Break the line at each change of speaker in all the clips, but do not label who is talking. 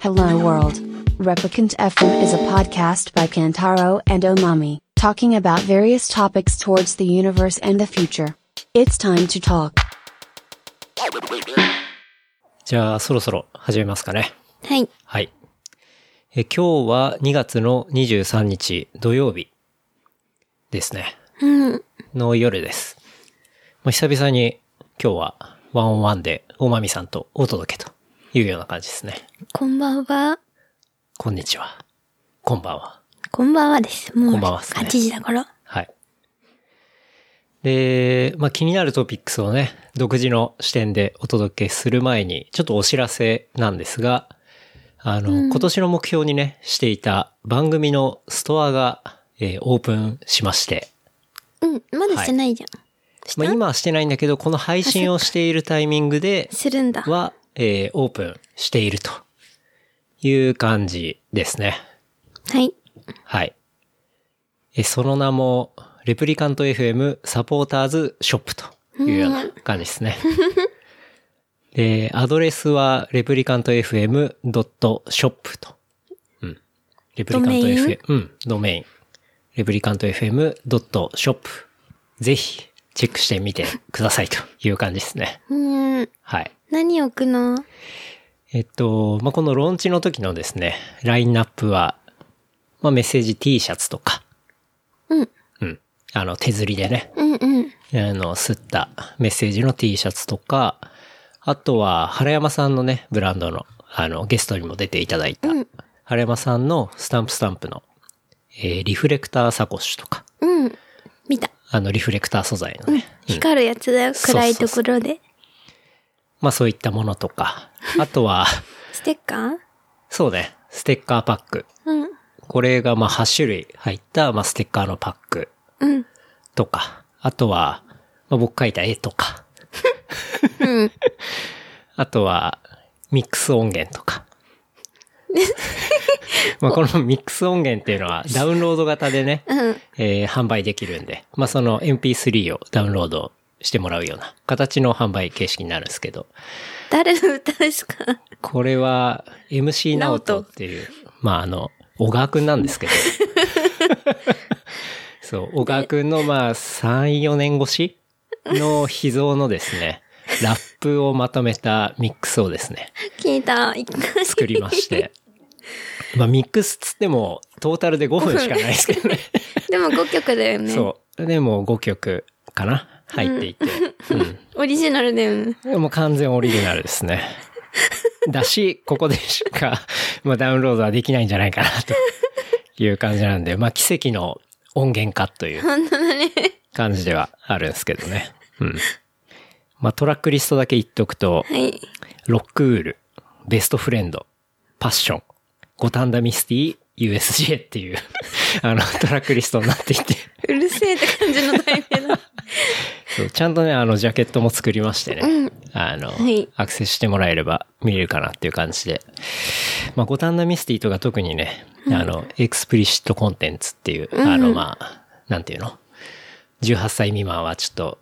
Hello World. Replicant FM is a podcast by Kantaro and Omami, talking about various topics towards the universe and the future. It's time to talk.
じゃあ、そろそろ始めますかね。
はい。
はい。え今日は2月の23日土曜日ですね。
うん。
の夜です。まあ、久々に今日はワンオンワンでおまみさんとお届けというような感じですね。
こんばんは。
こんにちは。こんばんは。
こんばんはです。もう、
こんばんはっすね
8時だから。
はい。で、まあ、気になるトピックスをね、独自の視点でお届けする前に、ちょっとお知らせなんですが、あの、今年の目標にね、していた番組のストアが、えーオープンしまして、
うん。まだしてないじゃん。した
まあ、今はしてないんだけど、この配信をしているタイミングです
るんだ。
は、えーオープンしているという感じですね。
はい。
はい。え、その名も、レプリカント FM サポーターズショップというような感じですね。で、アドレスは、レプリカント FM.shop と。うん。レプリカント
ドメイン
FM、うん、ドメイン。レプリカント FM.shop。ぜひ、チェックしてみてくださいという感じですね。
うーん。
はい。
何置くの
えっと、まあ、このローンチの時のですね、ラインナップは、まあ、メッセージ T シャツとか、
うん。
うん。あの、手刷りでね、
うんうん。
あの、吸ったメッセージの T シャツとか、あとは、原山さんのね、ブランドの、あの、ゲストにも出ていただいた、原山さんのスタンプスタンプの、えーリフレクターサコッシュとか、
うん。見た。
あの、リフレクター素材のね、
光るやつだよ。
そうそうそう
暗いところで。
まあそういったものとか、あとは、
ステッカー
そうね、ステッカーパック。
うん。
これがまあ8種類入った、まあステッカーのパック
うん。
とか、あとは、まあ、僕描いた絵とか、
うん。
あとは、ミックス音源と か。まあこのミックス音源っていうのはダウンロード型でね、
うん。
えー販売できるんで、まあその MP3 をダウンロードしてもらうような形の販売形式になるんですけど、
誰の歌ですか
これは MC ナオト
ナオ
っ
ト
ていう、まああの、小川くんなん ですけど。そう、小川くんのまあ3、4年越しの秘蔵のですね、ラップをまとめたミックスをですね、
聞いた。 一回。
作りま して。まあミックスつってもトータルで5分しかないですけどね。
でも5曲だよね。
そう。でも5曲かな入っていて。うん
オリジナルだよね。
もう完全オリジナルですね。だし、ここでしか、まあ、ダウンロードはできないんじゃないかな、という感じなんで、まあ、奇跡の音源化という感じではあるんですけどね。うん。まあ、トラックリストだけ言っとくと、
はい。
ロックウール、ベストフレンド、パッション、五反田ミスティ、USJ っていう、あの、トラックリストになっていて、
うるせえって感じの題名だ。
そうちゃんとね、あの、ジャケットも作りましてね。
うん
あの、
はい
アクセスしてもらえれば見れるかなっていう感じで。まあ、五反田ミスティとか特にね、あの、エクスプリシットコンテンツっていう、あの、まあ、なんていうの ?18 歳未満はちょっと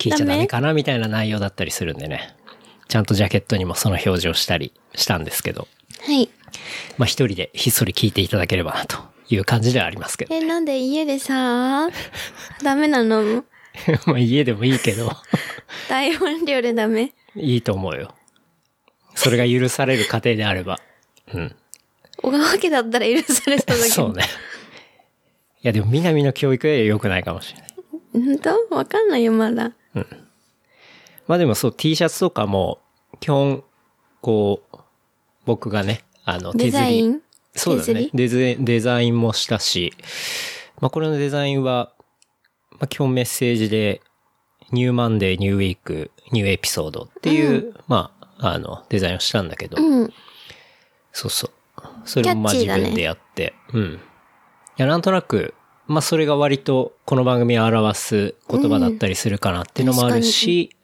聞いちゃダメかなみたいな内容だったりするんでね。ちゃんとジャケットにもその表示をしたりしたんですけど、
はい。
まあ、一人でひっそり聞いていただければなという感じではありますけど。
え、なんで家でさ、ダメなの
まあ、家でもいいけど。
大音量でダメ
いいと思うよ。それが許される過程であれば。うん。
小川家だったら許されそうだけど。
そうね。いや、でも、南の教育は良くないかもしれない。
本当わかんないよ、まだ。
まあでもそう、T シャツとかも、基本、こう、僕がね、あの、手
デ
刷
ザイ
り。
ン
そうだ
手刷
ね
り。
デザインデザインもしたし、まあこれのデザインは、まあ基本メッセージで、ニューマンデー、ニューウィーク、ニューエピソードっていう、まあ、あの、デザインをしたんだけど、
うん。
そうそう。それもまあ
キャ
自
ッチーだね
分でやって。うん。いや、なんとなく、まあそれが割とこの番組を表す言葉だったりするかなっていうのもあるし、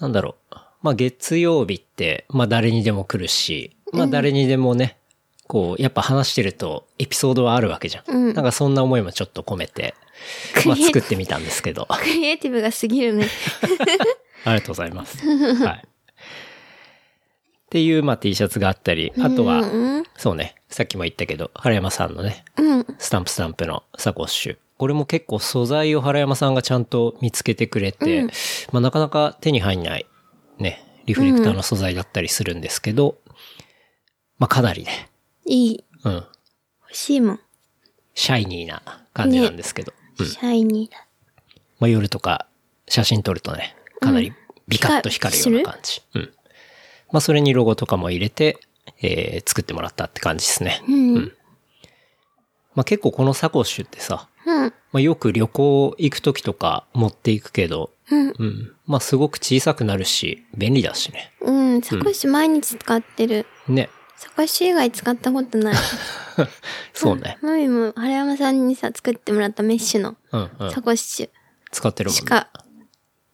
なんだろう。まあ月曜日って、まあ誰にでも来るし、まあ誰にでもね、こう、やっぱ話してるとエピソードはあるわけじゃん。
うん
なんかそんな思いもちょっと込めて、まあ
クリエイ
作ってみたんですけ ど。
クリエイティブが過ぎるね。
ありがとうございます。はい。っていう、まあ、T シャツがあったり、あとは、
うん
そうね、さっきも言ったけど、原山さんのね、
うん。
スタンプスタンプのサコッシュ。これも結構素材を原山さんがちゃんと見つけてくれて、まあなかなか手に入んない、ね、リフレクターの素材だったりするんですけど、まあかなりね、
いい。
うん、
欲しいもん。
シャイニーな感じなんですけど、
シャイニーだ。
まあ夜とか写真撮るとね、かなりビカッと光るような感じ。うん。まあそれにロゴとかも入れて、えー作ってもらったって感じですね。
うん。
うんまあ結構このサコッシュってさ、
うん。
まあ、よく旅行行く時とか持っていくけど、
うん。
うん。まあ、すごく小さくなるし、便利だしね。
うん。サコッシュ毎日使ってる。
ね。
サコッシュ以外使ったこと ない。
そうね。
マミも、原山さんにさ、作ってもらったメッシュの
うんうん。
サコッシ
使ってるも
ュ
ん
し
ね。
か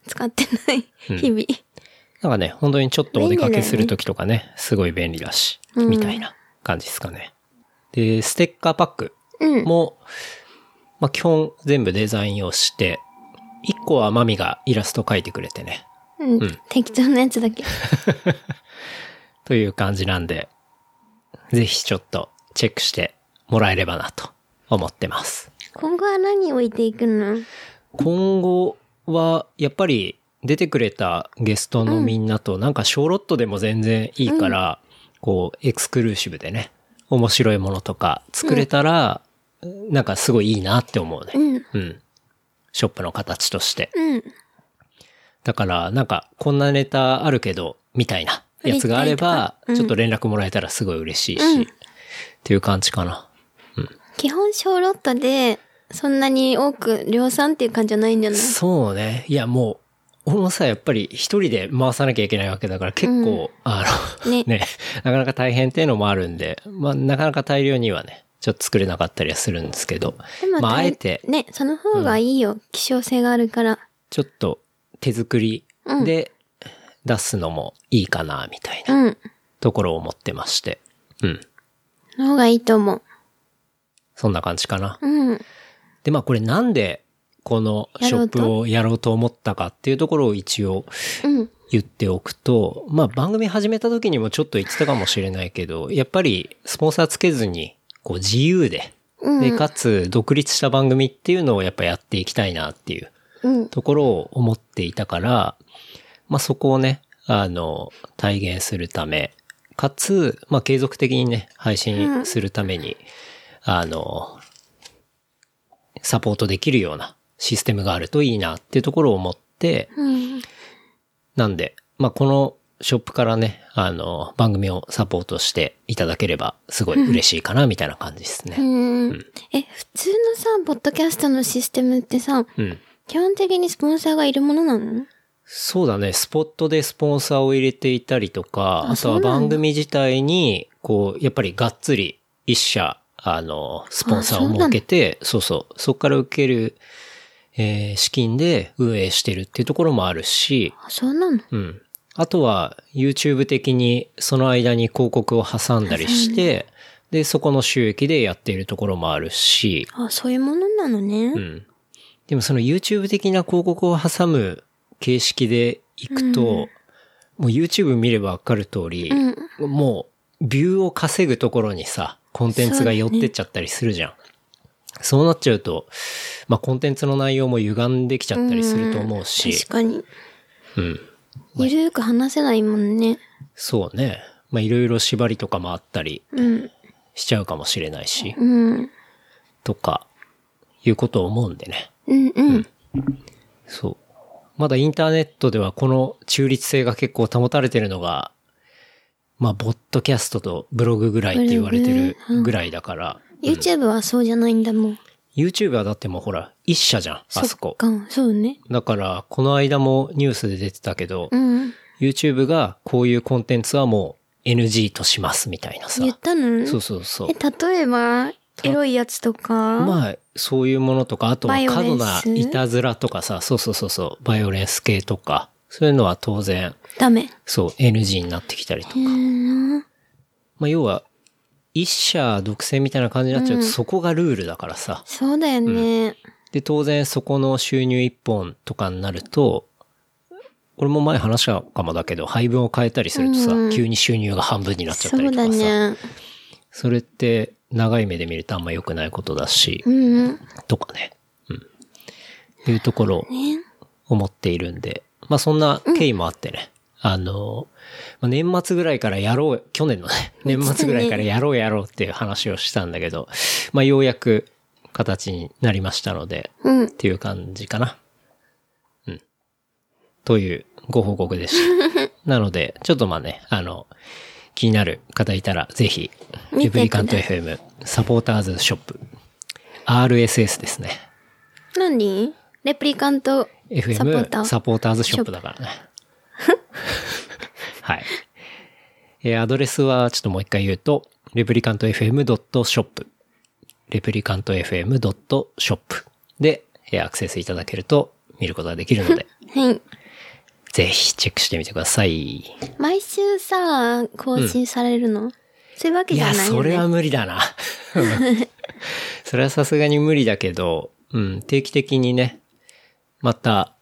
使ってない、日々。
なんかね、本当にちょっとお出かけする時とかね、すごい便利だし、
うん
みたいな感じですかね。で、ステッカーパック
うん。
も、まあ、基本全部デザインをして、1個はマミがイラスト描いてくれてね。
うん。適当なやつだけ。
という感じなんで、ぜひちょっとチェックしてもらえればなと思ってます。
今後は何置いていくの
今後は、やっぱり出てくれたゲストのみんなと、なんか小ロットでも全然いいから、こう、エクスクルーシブでね、面白いものとか作れたら、なんかすごいいいなって思う
う
ね。
ん。
うん。ショップの形として。
うん。
だから、なんか、こんなネタあるけど、みたいなやつがあれば、
うん
ちょっと連絡もらえたらすごい嬉しいし、
うん
っていう感じかな。
基本小ロットで、そんなに多く量産っていう感じじゃないんじゃない
そうね。いや、もう、このさ、やっぱり一人で回さなきゃいけないわけだから、結構、あの、
ね
なかなか大変っていうのもあるんで、まあ、なかなか大量にはね、ちょっと作れなかったりはするんですけど、
でも
まあ、あ
大
えて、
ね、その方がいいよ。希少性があるから。。
ちょっと手作りで出すのもいいかな、みたいうなんところを思ってまして、うん。
の方がいいと思う。
そんな感じかな。
うん。
で、まあこれなんでこのショップをやろうと思ったかっていうところを一応
うん。
言っておくと、まあ番組始めた時にもちょっと言ってたかもしれないけど、やっぱりスポンサーつけずに、こう自由で、
うん
で、かつ独立した番組っていうのをやっぱやっていきたいなっていう
うん。
ところを思っていたから、まあそこをね、あの、体現するため、かつ、まあ継続的にね、配信するために、あの、サポートできるようなシステムがあるといいなっていうところを思って、
うん。
なんで、まあこのショップからね、あの、番組をサポートしていただければすごい嬉しいかなみたいな感じですね。
うん。え、普通のさ、ポッドキャストのシステムってさ、
うん。
基本的にスポンサーがいるものなの
そうだね。スポットでスポンサーを入れていたりとか、
あ
あと
そ
は
うなんだ
番組自体に、こう、やっぱりがっつり一社、あの、スポンサーを設けて、そうそう、そこから受ける、えー資金で運営してるっていうところもあるし、
あ、そうなの
うん。あとは、YouTube 的にその間に広告を挟んだりして、で、そこの収益でやっているところもあるし、
あ、そういうものなの
う
ね。
ん。でもその YouTube 的な広告を挟む形式でいくと、もう YouTube 見ればわかる通り、
うん。
もうビューを稼ぐところにさ、コンテンツが寄ってっちゃったりするじゃん。そう,、なっちゃうと、まあコンテンツの内容も歪んできちゃったりすると思うし
確、かに。
うん。
ゆるーく話せないもんね。
そうね。まあいろいろ縛りとかもあったり
うん。
しちゃうかもしれないし、
うん。
とか、いうことを思うんでね。
うんうん。
そう。まだインターネットではこの中立性が結構保たれてるのが、まあ、ボットキャストとブログぐらいって言われてるぐらいだから、
YouTube はそうじゃないんだもん。
YouTube はだってもうほら、一社じゃん、あそこ。
そっか、そうね。
だから、この間もニュースで出てたけど、
うん。
YouTube がこういうコンテンツはもう NG としますみたいなさ
言。ったの
そうそうそう。
え、例えば、エロいやつとか、
まあ、そういうものとか、あとは
バイオ
過
レ
度
ンス
ないたずらとかさ、そうそうそうそう、バイオレンス系とか、そういうのは当然、
ダメ。
そう、NG になってきたりとか。
うん。
まあ、要は、一社独占みたいな感じになっちゃうと、そこがルールだからさ。
そうだよね。
で、当然そこの収入一本とかになると、これも前話したかもだけど、配分を変えたりするとさ、
うん
急に収入が半分になっちゃった
そ
り
う
と
だ
かさ、
ね。
それって長い目で見るとあんま良くないことだし、
うん。ね。
とかね。うん。っていうところを思っているんで、まあそんな経緯もあってね。あの、まあ年末ぐらいからやろう、去年のね、 年末ぐらいからやろうやろうっていう話をしたんだけど、まあようやく形になりましたので、
うん
っ。ていう感じかな。うん。というご報告で した。なので、ちょっとまあね、あの、気になる方いたら、ぜひ、
見て
レプリカント FM サポーターズショップ、RSS ですね。
何レプリカントサポータ
FM
ー
サポーターズショップだからね。はい。えーアドレスはちょっともう一回言うと、replicantfm.shop。replicantfm.shop で、えーアクセスいただけると見ることができるので、
はい。
ぜひチェックしてみてください。
毎週さ、更新されるの、そういうわけ
い
じゃな
や、
いよ、ね。
それは無理だな。それはさすがに無理だけど、うん、定期的にね、また、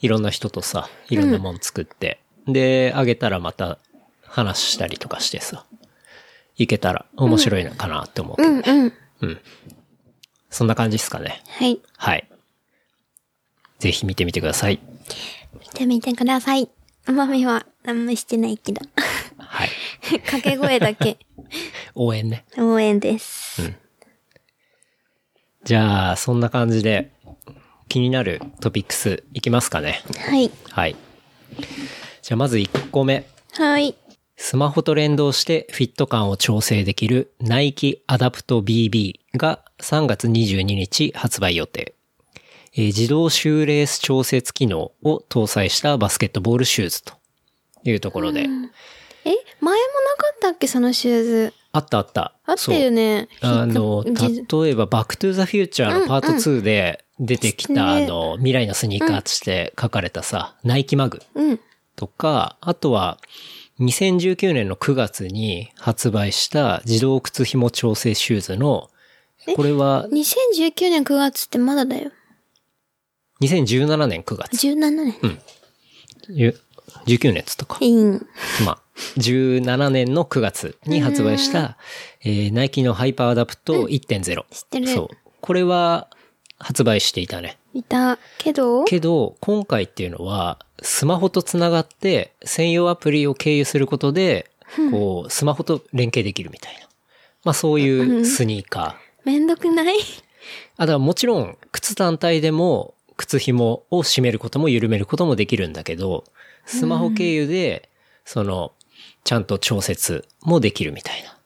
いろんな人とさ、いろんなもん作って、で、あげたらまた話したりとかしてさ、いけたら面白いのかなって思うけど、
うんうん。
そんな感じですかね。
はい。
はい。ぜひ見てみてください。
見てみてください。マミは何もしてないけど。
はい。
掛け声 だけ。
応援ね。
応援です。
じゃあ、そんな感じで、気になるトピックスいきますかね。
はい。
はい。じゃあまず1個目。
はい。
スマホと連動してフィット感を調整できるナイキアダプト BB が3月22日発売予定。えー自動シューレース調節機能を搭載したバスケットボールシューズというところで。
え、前もなかったっけそのシューズ。
あったあった。
合ってるね。
そうあの、
ひっかじ
例えばバックトゥーザフューチャーのパート2で出てきた、
ね
あの、未来のスニーカーとして書かれたさ、ナイキマグ。
うん。
とか、あとは、2019年の9月に発売した自動靴紐調整シューズの、これは
2019年9月ってまだだよ。
2017年9月、
17年。
ゆ19年っつったか。
うん。
まあ、17年の9月に発売した、えーナイキのハイパーアダプト1.0。
知ってる
そう。これは発売していたね。
いたけど、
けど、今回っていうのは、スマホとつながって、専用アプリを経由することで、こう、スマホと連携できるみたいな。まあそういうスニーカー。
めんどくない
あ、だからもちろん、靴単体でも、靴紐を締めることも緩めることもできるんだけど、スマホ経由で、その、ちゃんと調節もできるみたいな。だか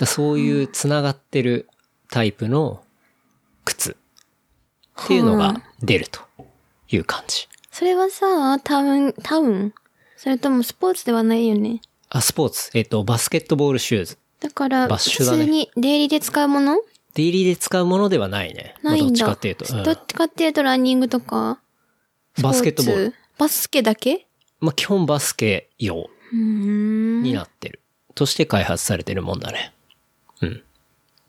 らそういうつながってるタイプの靴っていうのが出るという感じ。
それはさ、タウン、タウンそれともスポーツではないよね。
あ、スポーツ。えっ、と、バスケットボールシューズ。
だから、
バッシ
普
ュだね
通にデイリーで使うもの
デイリーで使うものではないね。まあ
ない
どっ
ん
ち
だ。
かっていうと、うん
どっちかっていうとランニングとか
バスケットボー
ス
ル。
ポツバスケだけ
まあ、基本バスケ用
うーん。
になってる。として開発されてるもんだね。うん。
だっ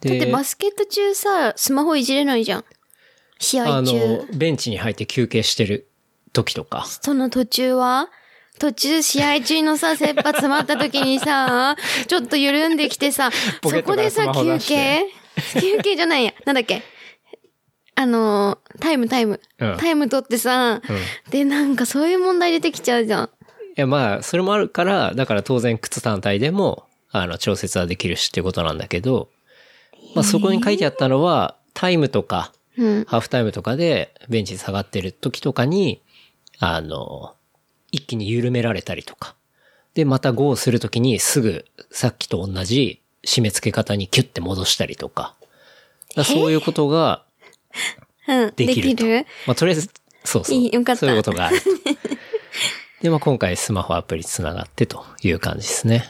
て
で、
バスケット中さ、スマホいじれないじゃん。試
あ
合
の
中。、
ベンチに入って休憩してる時とか、
その途中は途中試合中のさ、切羽詰まった時にさ、 ちょっと緩んできてさ、
ポケッ
そ
ト
こ
から
で
ス
さ
マ、ホ
休
出して
憩休憩じゃないや。なんだっけあの、タイムタイム。
うん
タイム取ってさ、で、なんかそういう問題出てきちゃうじゃん。
いや、まあ、それもあるから、だから当然靴単体でも、あの、調節はできるしっていうことなんだけど、まあ、そこに書いてあったのは、タイムとか、
うん。
ハーフタイムとかでベンチに下がってる時とかに、あの、一気に緩められたりとか。で、またゴーする時にすぐさっきと同じ締め付け方にキュッて戻したりとか。だからそういうことが、
うん。
で
で
きる
き
と
る
まあ、とりあえず、そうそう。
いいよかった
そういうこと があると。で、まあ、今回スマホアプリつながってという感じですね。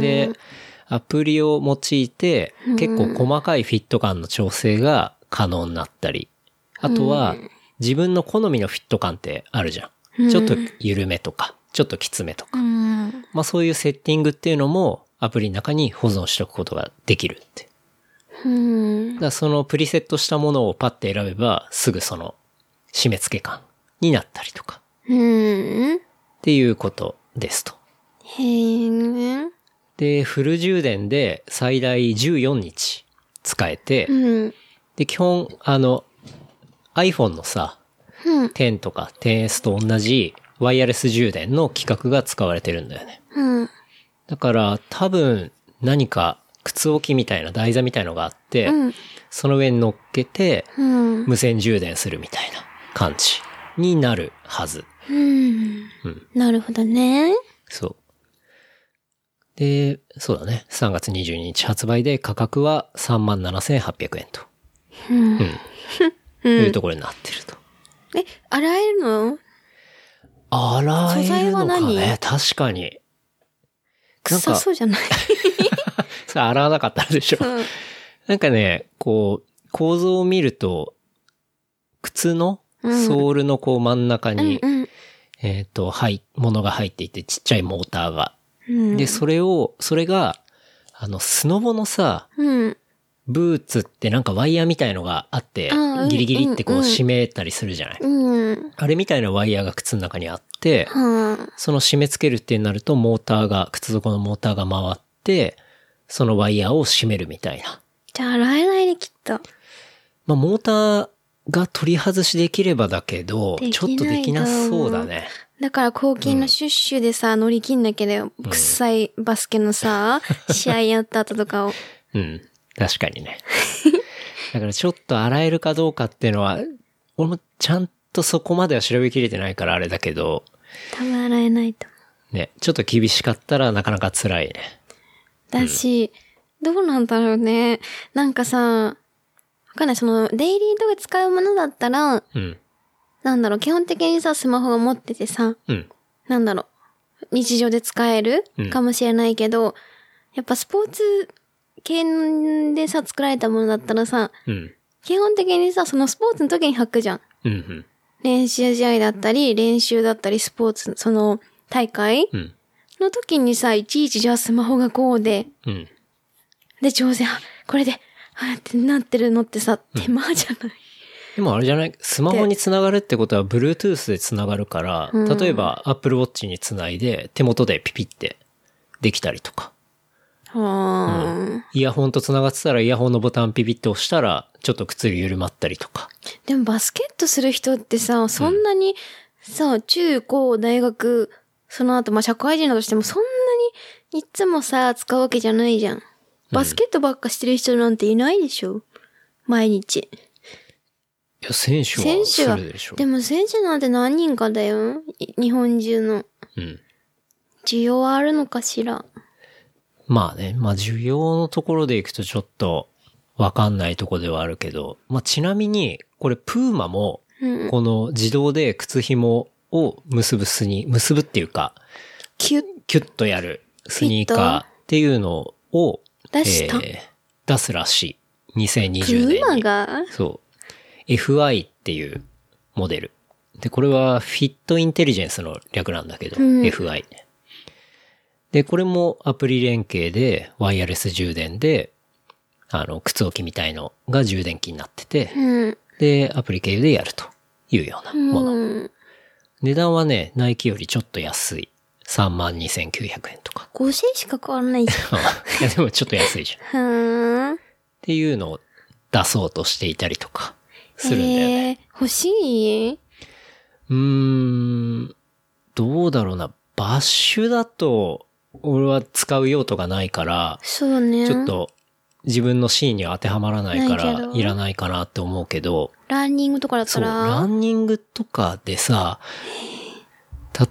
で、アプリを用いて、結構細かいフィット感の調整が可能になったり、あとは、自分の好みのフィット感ってあるじゃん。ちょっと緩めとか、ちょっときつめとか。
うん。
まあ、そういうセッティングっていうのも、アプリの中に保存しておくことができるって。
うん
だ。からそのプリセットしたものをパッて選べば、すぐその、締め付け感になったりとか。
うん。
っっていうことですと。
へー。
で、フル充電で最大14日使えて、
うん。
で、基本、あの、iPhone のさ、
うん。
10とか 10S と同じワイヤレス充電の規格が使われてるんだよね。
うん。
だから多分何か靴置きみたいな台座みたいのがあって、
うん。
その上に乗っけて
うん。
無線充電するみたいな感じになるはず。
うん
うん。
なるほどね。
そう。で、そうだね。3月22日発売で価格は37,800円と。
うん
うん。 いうところになってると。
え、洗えるの
洗えるのか
素材は
ね
何
確かに。なん
臭
か、
そうじ ゃない
それ洗わなかったでしょ
う。ん。
なんかね、こう、構造を見ると、靴の
うん
ソールのこう真ん中
うん
に、
うん
えっと、はい、ものが入っていて、ちっちゃいモーターが。
うん。
で、それを、それが、あの、スノボのさ、
うん。
ブーツってなんかワイヤーみたいのがあって
あーう、ん
ギリギリってこう
うんうん
締めたりするじゃない。
うん。
あれみたいなワイヤーが靴の中にあって、
は
その締め付けるってなると、モーターが、靴底のモーターが回って、そのワイヤーを締めるみたいな。
じゃあ洗えないね、きっと。
まあ、モーターが取り外しできればだけど、
できない
ちょっとできなそうだね。
だから、抗菌のシュッシュでさ、乗り切んなきゃだよ。臭いバスケのさ、試合やった後と かを。
うん。確かにね。 だからちょっと洗えるかどうかっていうのは、俺もちゃんとそこまでは調べきれてないからあれだけど、
多分洗えないと。
ね、ちょっと厳しかったらなかなか辛いね。
だし、どうなんだろうね。なんかさ、わかんない。その、デイリーとか使うものだったら、
うん。
なんだろう、基本的にさ、スマホが持っててさ、
うん。
なんだろう、日常で使える
うん
かもしれないけど、やっぱスポーツ系でさ、作られたものだったらさ、
うん。
基本的にさ、そのスポーツの時に履くじゃん。
うん。うん。
練習試合だったり、練習だったり、スポーツ、その、大会
うん。
の時にさ、いちいちじゃあスマホがこうで、
うん。
で、調整、あこれで、あってなってるのってさ、手間じゃない、
でもあれじゃないスマホにつながるってことは Bluetooth でつながるから、
うん
例えば Apple Watch につないで手元でピピってできたりとか。
はー
イヤホンと繋がってたらイヤホンのボタンピピって押したら、ちょっと靴が緩まったりとか。
でもバスケットする人ってさ、そんなに、さ、中高大学、その後、まあ、社会人だとしてもそんなにいつもさ、使うわけじゃないじゃん。バスケットばっかしてる人なんていないでしょ毎日。
いや、選手
選
は
手
す
は
るでしょ。
でも選手なんて何人かだよ。い日本中の。
うん。
需要はあるのかしら。
まあね、まあ需要のところでいくとちょっとわかんないとこではあるけど、まあちなみに、これプーマも、
うん。
この自動で靴紐を結ぶスニ、結ぶっていうか、
キュッ。
キュッとやるスニーカーっていうのを、
出した
ー出すらしい。
プ
2020
ー
年
マ
に。
が
そう。FI っていうモデル。で、これはフィットインテリジェンスの略なんだけど、
うん
FI ね。で、これもアプリ連携でワイヤレス充電で、あの、靴置きみたいのが充電器になってて、
うん。
で、アプリ経由でやるというようなもの。
うん。
値段はね、ナイキよりちょっと安い。32,900円とか。
5000しか変わらないじ
いや、でもちょっと安いじゃん。っ
ゃん。はーん。
ていうのを出そうとしていたりとか、 するんだよね。
えー欲しいう
ーん、どうだろうな。バッシュだと、俺は使う用途がないから、
そうね。
ちょっと自分のシーンには当てはまらないか
ないけ
ら、
ど
いらないかなって思うけど、
ランニングとかだった
そう、
ら。
ランニングとかでさ、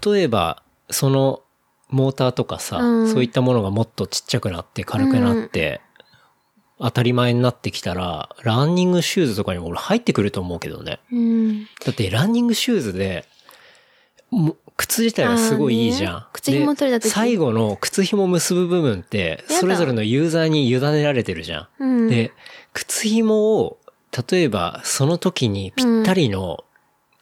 例えば、そのモーターとかさ、
うん
そういったものがもっとちっちゃくなって軽くなって、当たり前になってきたら、ランニングシューズとかにも俺入ってくると思うけどね。
うん。
だってランニングシューズで、もう靴自体はすごいいいじゃん。
あーね靴紐取れた時
で最後の靴紐結ぶ部分って、
やだ
それぞれのユーザーに委ねられてるじゃん。
うん。
で、靴紐を、例えばその時にぴったりの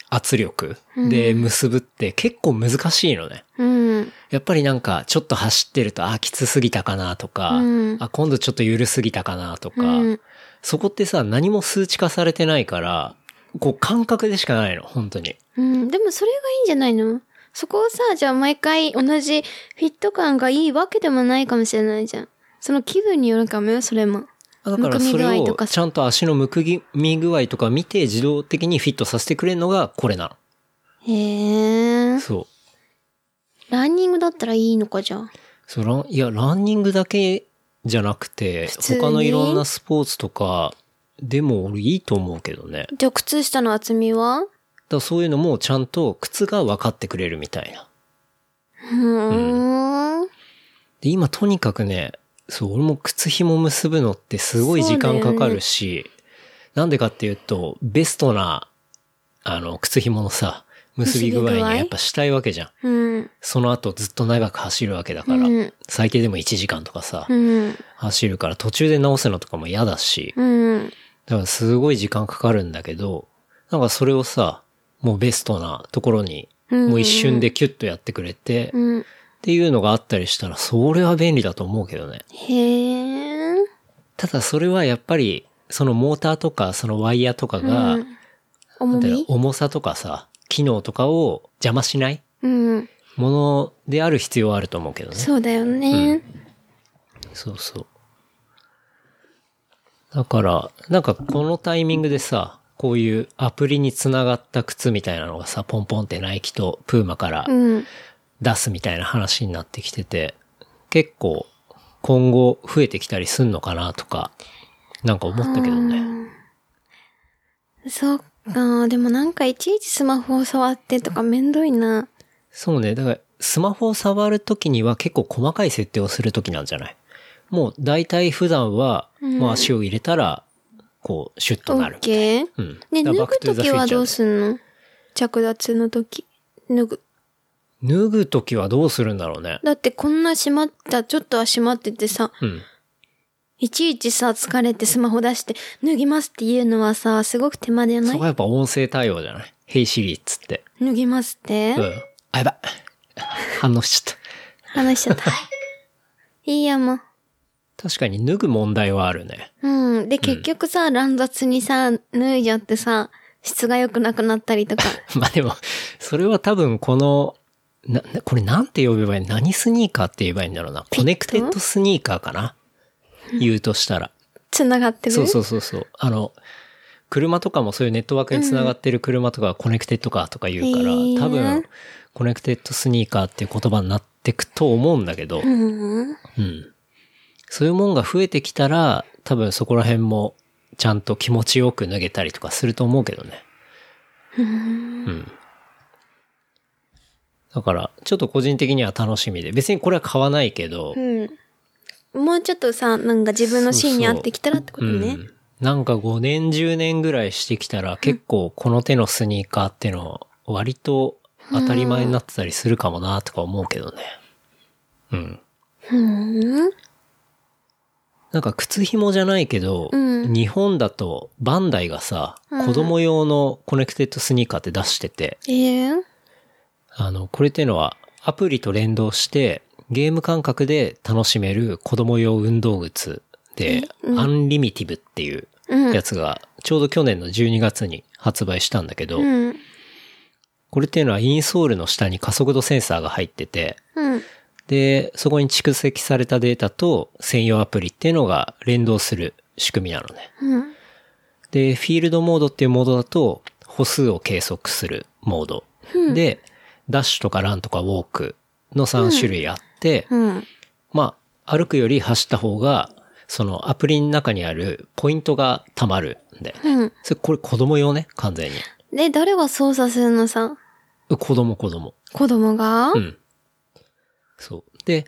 圧力で結ぶって結構難しいのね。
うん。
やっぱりなんかちょっと走ってると、あ、きつすぎたかなとか、
うん
あ、今度ちょっと緩すぎたかなとか、
うん
そこってさ、何も数値化されてないから、こう感覚でしかないの、本当に。
うん。でもそれがいいんじゃないのそこをさ、じゃあ毎回同じフィット感がいいわけでもないかもしれないじゃん。その気分によるかもよ、それも。
だからそれ
むくみ具合と
を
かさ
ちゃんと足のむくみ具合とか見て自動的にフィットさせてくれるのがこれな
へえ
の。。そう。
ランニングだったらいいのか、じゃあ。
そうランいや、ランニングだけじゃなくて、
通に
他のいろんなスポーツとかでも俺いいと思うけどね。だか
じゃあ、靴下の厚みは
らそういうのもちゃんと靴が分かってくれるみたいな。
うーん。
で、今とにかくね、そう、俺も靴紐結ぶのってすごい時間かかるし、なんでかっていうと、ベストな、あの、靴紐のさ、結び具合に
結び具合
やっぱしたいわけじゃん。
うん。
その後ずっと長く走るわけだから、
うん
最低でも1時間とかさ、
うん。
走るから途中で直すのとかも嫌だし、
うん。
だからすごい時間かかるんだけど、なんかそれをさ、もうベストなところに、
うん
もう一瞬でキュッとやってくれて、っ
うん。
ていうのがあったりしたら、それは便利だと思うけどね。
へえ。
ただそれはやっぱり、そのモーターとか、そのワイヤーとかが、
うん
な
重
んていうの
み
重さとかさ、機能とかを邪魔しない
うん。
ものである必要はあると思うけどね。
そうだよね。
そうそう。だから、なんかこのタイミングでさ、こういうアプリにつながった靴みたいなのがさ、ポンポンってナイキとプーマから
うん。
出すみたいな話になってきてて、結構今後増えてきたりすんのかなとか、なんか思ったけどね。
そっか。でもなんかいちいちスマホを触ってとかめんどいな。
そうね、だからスマホを触るときには結構細かい設定をするときなんじゃないもう大体普段は、もう足を入れたら、こう、シュッ
オ
となる
ッ。ケー。
うん。
ね、
だ
脱
から
ぐときはどうすんの着脱のとき。脱ぐ。
脱ぐときはどうするんだろうね。
だってこんな閉まった、ちょっとは閉まっててさ、
うん。
いちいちさ、疲れてスマホ出して、脱ぎますっていうのはさ、すごく手間じゃな
そ
い
こはやっぱ音声対応じゃないヘイシリっつって。
脱ぎますって、
うん。あ、やばい。反応しちゃっ
話しちゃった。いいや、もう。
た。確かに脱ぐ問題はあるね。
うん。で、結局さ、乱雑にさ、脱いじゃってさ、質が良くなくなったり とか。
まあでも、それは多分この、な、なこれなんて呼べばいい何スニーカーって言えばいいんだろうな。コネクテッドスニーカーかな言うとした ら。
繋がってる
そうそうそうそう。あの、車とかもそういうネットワークにつながってる車とかはコネクテッドカーとか言うから、
へー
多分、コネクテッドスニーカーっていう言葉になってくと思うんだけど、
うん。
うん。そういうもんが増えてきたら、多分そこら辺もちゃんと気持ちよく脱げたりとかすると思うけどね。うん。だから、ちょっと個人的には楽しみで。別にこれは買わないけど、
うん。もうちょっとさ、なんか自分のシーンに合ってきたらってことね。
うんなんか5年10年ぐらいしてきたら結構この手のスニーカーっての割と当たり前になってたりするかもなとか思うけどね。うん。
うん。
なんか靴紐じゃないけど、
うん
日本だとバンダイがさ、子供用のコネクテッドスニーカーって出してて、
ええ
あの、これっていうのはアプリと連動してゲーム感覚で楽しめる子供用運動靴で、アンリミティブっていう
うん。
やつが、ちょうど去年の12月に発売したんだけど、
うん。
これっていうのはインソールの下に加速度センサーが入ってて、
うん。
で、そこに蓄積されたデータと専用アプリっていうのが連動する仕組みなのね。
うん。
で、フィールドモードっていうモードだと、歩数を計測するモード。で、ダッシュとかランとかウォークの3種類あって、
うん。
まあ、歩くより走った方が、そのアプリの中にあるポイントが貯まるんだよね。
うん。
それ、これ子供用ね、完全に。
で、誰が操作するのさ、
子供子供。
子供が、
うん。そう。で、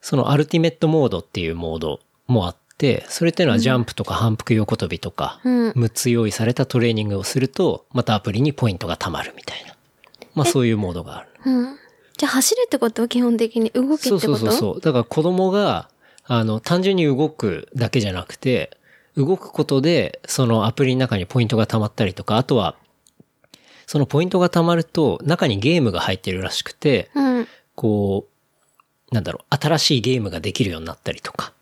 そのアルティメットモードっていうモードもあって、それっていうのはジャンプとか反復横跳びとか、
うん
6つ用意されたトレーニングをすると、またアプリにポイントが貯まるみたいな。まあそういうモードがある。
うん。じゃあ走るってこと基本的に動けって
そ
こ
うそう
と
そうそう。だから子供が、あの、単純に動くだけじゃなくて、動くことで、そのアプリの中にポイントが貯まったりとか、あとは、そのポイントが貯まると、中にゲームが入ってるらしくて、
うん。
こう、なんだろう、新しいゲームができるようになったりとか、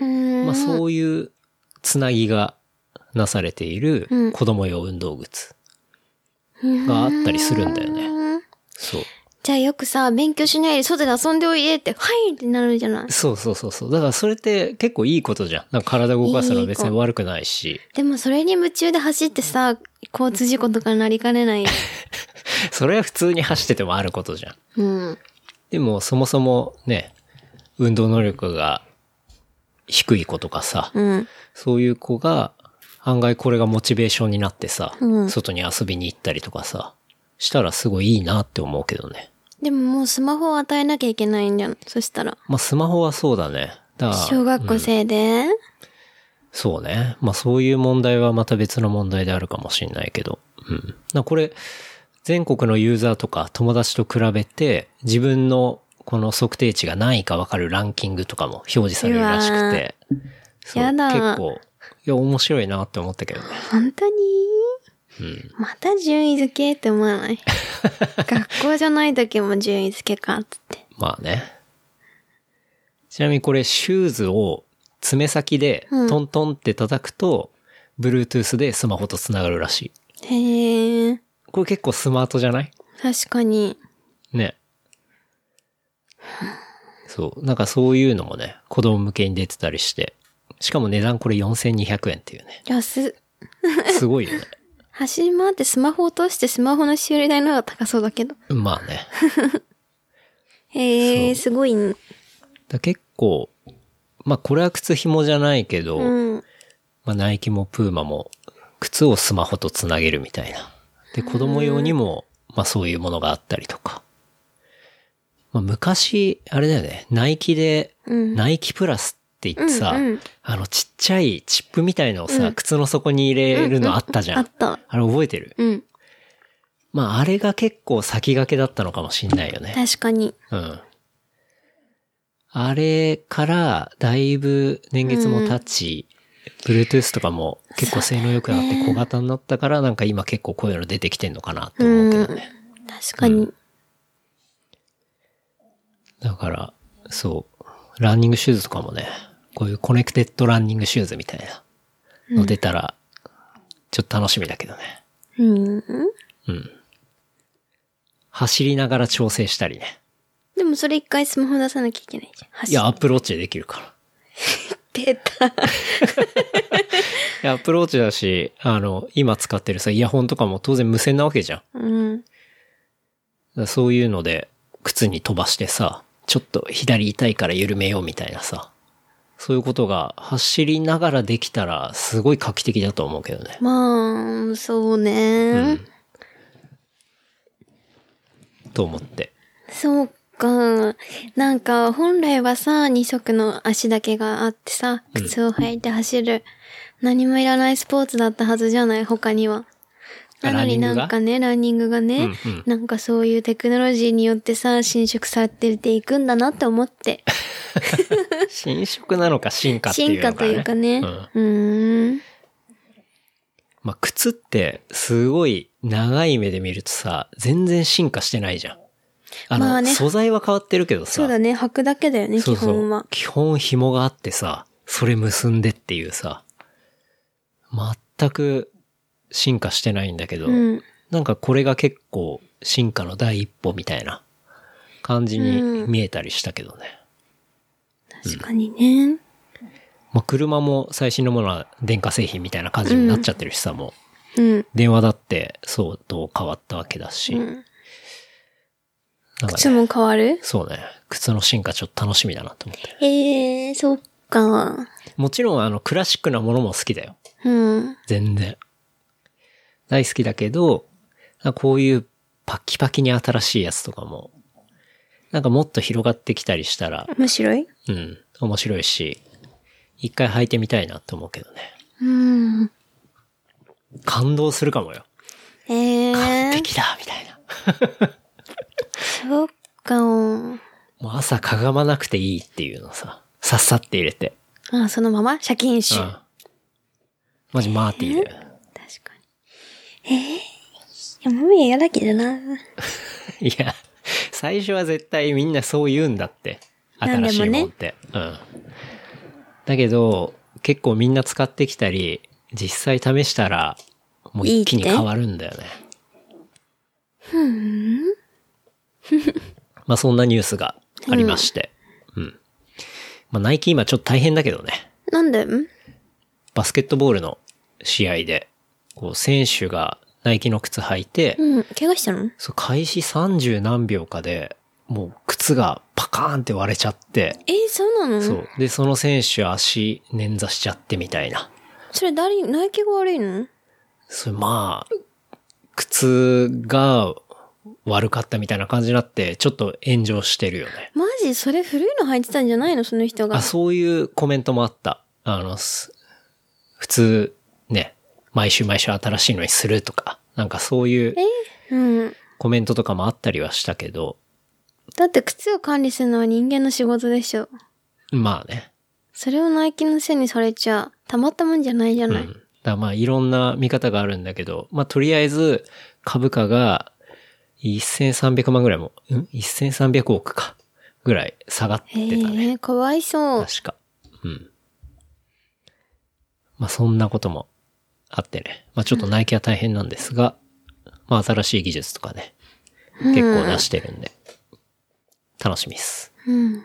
うん。
まあそういうつなぎがなされている
うん
子供用運動靴があったりするんだよね。そう。
じゃあよくさ、勉強しないで外で遊んでおいでって、はいってなるじゃない。
そうそうそうそう。だからそれって結構いいことじゃん。なんか体動かすのは別に悪くないし、
でもそれに夢中で走ってさ、交通事故とかになりかねない。
それは普通に走っててもあることじゃん。
うん。
でもそもそもね、運動能力が低い子とかさ、
うん。
そういう子が案外これがモチベーションになってさ、
うん
外に遊びに行ったりとかさ、したらすごいいいなって思うけどね。
でももうスマホを与えなきゃいけないんじゃん。そしたら。
まあスマホはそうだね。だから
小学校生で、
そうね。まあそういう問題はまた別の問題であるかもしれないけど。うん。なこれ、全国のユーザーとか友達と比べて、自分のこの測定値が何位かわかるランキングとかも表示されるらしくて。そう
やだ
結構、いや、面白いなって思ったけどね。
本当に
うん。
また順位付けって思わない 学校じゃない時も順位付けかっつって。
まあね。ちなみにこれ、シューズを爪先で
うん
トントンって叩くと、Bluetooth でスマホと繋がるらしい。
へえ、
これ結構スマートじゃない
確かに。
ね。そう。なんかそういうのもね、子供向けに出てたりして。しかも値段これ4200円っていうね。
安っ。
すごいよね。
走り回ってスマホ落としてスマホの修理代の方が高そうだけど。
まあね。
へえ、
そ
すごいね。
だ結構、まあこれは靴紐じゃないけど、
うん。
まあナイキもプーマも靴をスマホとつなげるみたいな。で、子供用にも、まあそういうものがあったりとか。まあ昔、あれだよね、ナイキで、
うん。
ナイキプラスって言ってさ、
うんうん
あのちっちゃいチップみたいのをさ、
うん
靴の底に入れるのあったじゃん。
あった。
あれ覚えてる
うん。
まああれが結構先駆けだったのかもしんないよね。
確かに。
うん。あれからだいぶ年月も経ち、Bluetooth とかも結構性能良くなって小型になったから、なんか今結構こういうの出てきてんのかなって思うけどね。
確かに。
だから、そう、ランニングシューズとかもね、こういうコネクテッドランニングシューズみたいなの出たら、ちょっと楽しみだけどね。
うん。
うん。走りながら調整したりね。
でもそれ一回スマホ出さなきゃいけないじゃん。走
いや、アップローチでできるから。
ってた。
いや、アップローチだし、あの、今使ってるさ、イヤホンとかも当然無線なわけじゃん。だか
うん。
らそういうので、靴に飛ばしてさ、ちょっと左痛いから緩めようみたいなさ。そういうことが走りながらできたら、すごい画期的だと思うけどね。
まあ、そうね。
と思って。
そうか。なんか、本来はさ、二足の足だけがあってさ、靴を履いて走る。何もいらないスポーツだったはずじゃない、他には。
あ
なのに
ランニン
な
グが
んかね、ランニングがね、
うんうん
なんかそういうテクノロジーによってさ、侵食されていくんだなって思って。
新色なのか進化ってい
進
うの
化
か、
と
ね。
いうかね。
うん
うーん。
まあ、靴って、すごい長い目で見るとさ、全然進化してないじゃん。あの、
まあね
素材は変わってるけどさ。
そうだね、履くだけだよね、
そう
基
そう
本は。
基本紐があってさ、それ結んでっていうさ、全く進化してないんだけど、
うん。
なんかこれが結構進化の第一歩みたいな感じに見えたりしたけどね。
確かにね。
まあ、車も最新のものは電化製品みたいな感じになっちゃってるしさ、もう。
うん。
電話だって相当変わったわけだし。
うん
なんか
靴
ね、
も変わる
そうね。靴の進化ちょっと楽しみだなと思って。
へえー、そっか。
もちろんあのクラシックなものも好きだよ。
うん。
全然。大好きだけど、なんかこういうパキパキに新しいやつとかも、なんかもっと広がってきたりしたら、
面白い
うん、面白いし、一回履いてみたいなと思うけどね。
うん。
感動するかもよ。
え
完
ー、
璧だみたいな。
そっか。
もう朝かがまなくていいっていうのさ、さっさって入れて。
あ、そのままシャキンシ
う
ュ。
ん。マジマーティーだよ。
確かに。えー、いや、もう嫌だけどな。
いや、最初は絶対みんなそう言うんだって。
なんで
新
もね
しいもんって。うん。だけど、結構みんな使ってきたり、実際試したら、もう一気に
いいって
変わるんだよね。ふん。 まあそんなニュースがありまして。うん。まあナイキ今ちょっと大変だけどね。
なんでん
バスケットボールの試合で、こう選手がナイキの靴履いて、
うん。怪我したの
そう開始30何秒かで、もう靴がパカーンって割れちゃって、
えー、そうなの
そう。で、その選手足捻挫しちゃってみたいな。
それ誰に、ナイキが悪いの
それまあ、靴が悪かったみたいな感じになって、ちょっと炎上してるよね。
マジそれ古いの履いてたんじゃないのその人が
あ、。そういうコメントもあった。あの、す普通、ね、毎週毎週新しいのにするとか、なんかそういう
うん。
コメントとかもあったりはしたけど、
だって靴を管理するのは人間の仕事でしょ。
まあね。
それをナイキのせいにされちゃ、たまったもんじゃないじゃ
うん。
な
だ
い。
からまあいろんな見方があるんだけど、まあとりあえず株価が1300万ぐらいも、ん ?1300 億か。ぐらい下がってた
ええ
ね。
ー、かわいそう。
確か。うん。まあそんなこともあってね。まあちょっとナイキは大変なんですが、まあ新しい技術とかね、結構出してるんで、楽しみです。
うん。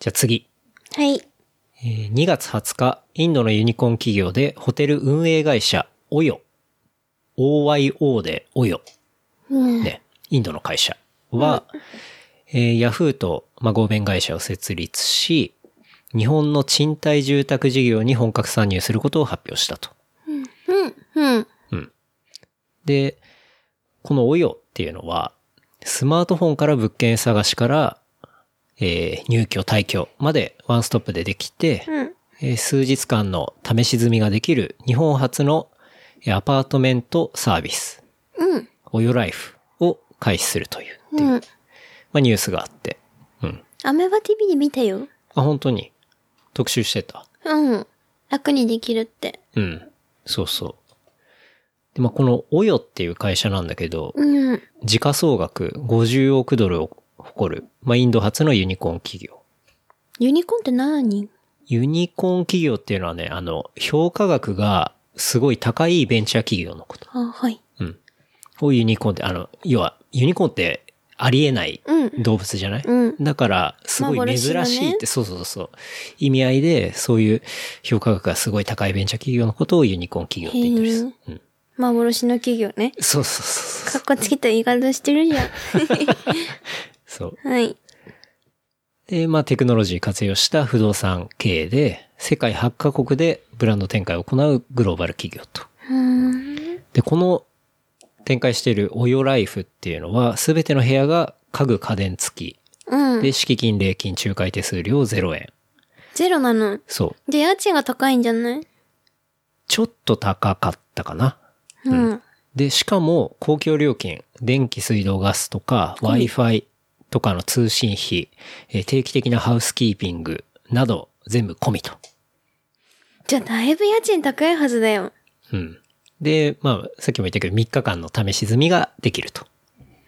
じゃあ次。
はい。
えー2月20日、インドのユニコーン企業でホテル運営会社、オヨ。OYO でオヨ。
うん。
ね、インドの会社は、えーヤフーと、まあ、合弁会社を設立し、日本の賃貸住宅事業に本格参入することを発表したと。
うん。うん。
で、このおよっていうのは、スマートフォンから物件探しから、えー入居、退去までワンストップでできて、
うん。
えー数日間の試し済みができる日本初のえーアパートメントサービス、
うん。
およライフを開始するという、
うん。
まあ、ニュースがあって、うん。
アメバ TV で見たよ。
あ、本当に。特集してた。
うん。楽にできるって。
うん。そうそう。で、まあ、このオヨっていう会社なんだけど、
うん。
時価総額50億ドルを誇る、まあ、インド初のユニコーン企業。
ユニコーンって何
ユニコーン企業っていうのはね、あの、評価額がすごい高いベンチャー企業のこと。
あ、はい。
うん。をユニコーンって、あの、要は、ユニコーンってありえない
うん。
動物じゃない、
うん
だから、すごい珍しいって、
幻のね
そうそうそう。意味合いで、そういう評価額がすごい高いベンチャー企業のことをユニコーン企業って言ってるんです。うん。
幻の企業ね。
そうそうそうそ
か
う。
っこつけた言い方してるじゃん。
そう。
はい。
で、まあ、テクノロジー活用した不動産経営で、世界8カ国でブランド展開を行うグローバル企業と。
うん。
で、この展開しているオヨライフっていうのは、すべての部屋が家具家電付き。
うん
で、。敷金、礼金、仲介手数料0円。
ゼロなの。
そう。
で、家賃が高いんじゃない
ちょっと高かったかな。
うん。
で、しかも公共料金、電気、水道、ガスとか Wi-Fi とかの通信費、えー定期的なハウスキーピングなど全部込みと。
じゃあ、だいぶ家賃高いはずだよ。
うん。で、まあ、さっきも言ったけど3日間の試し済みができると。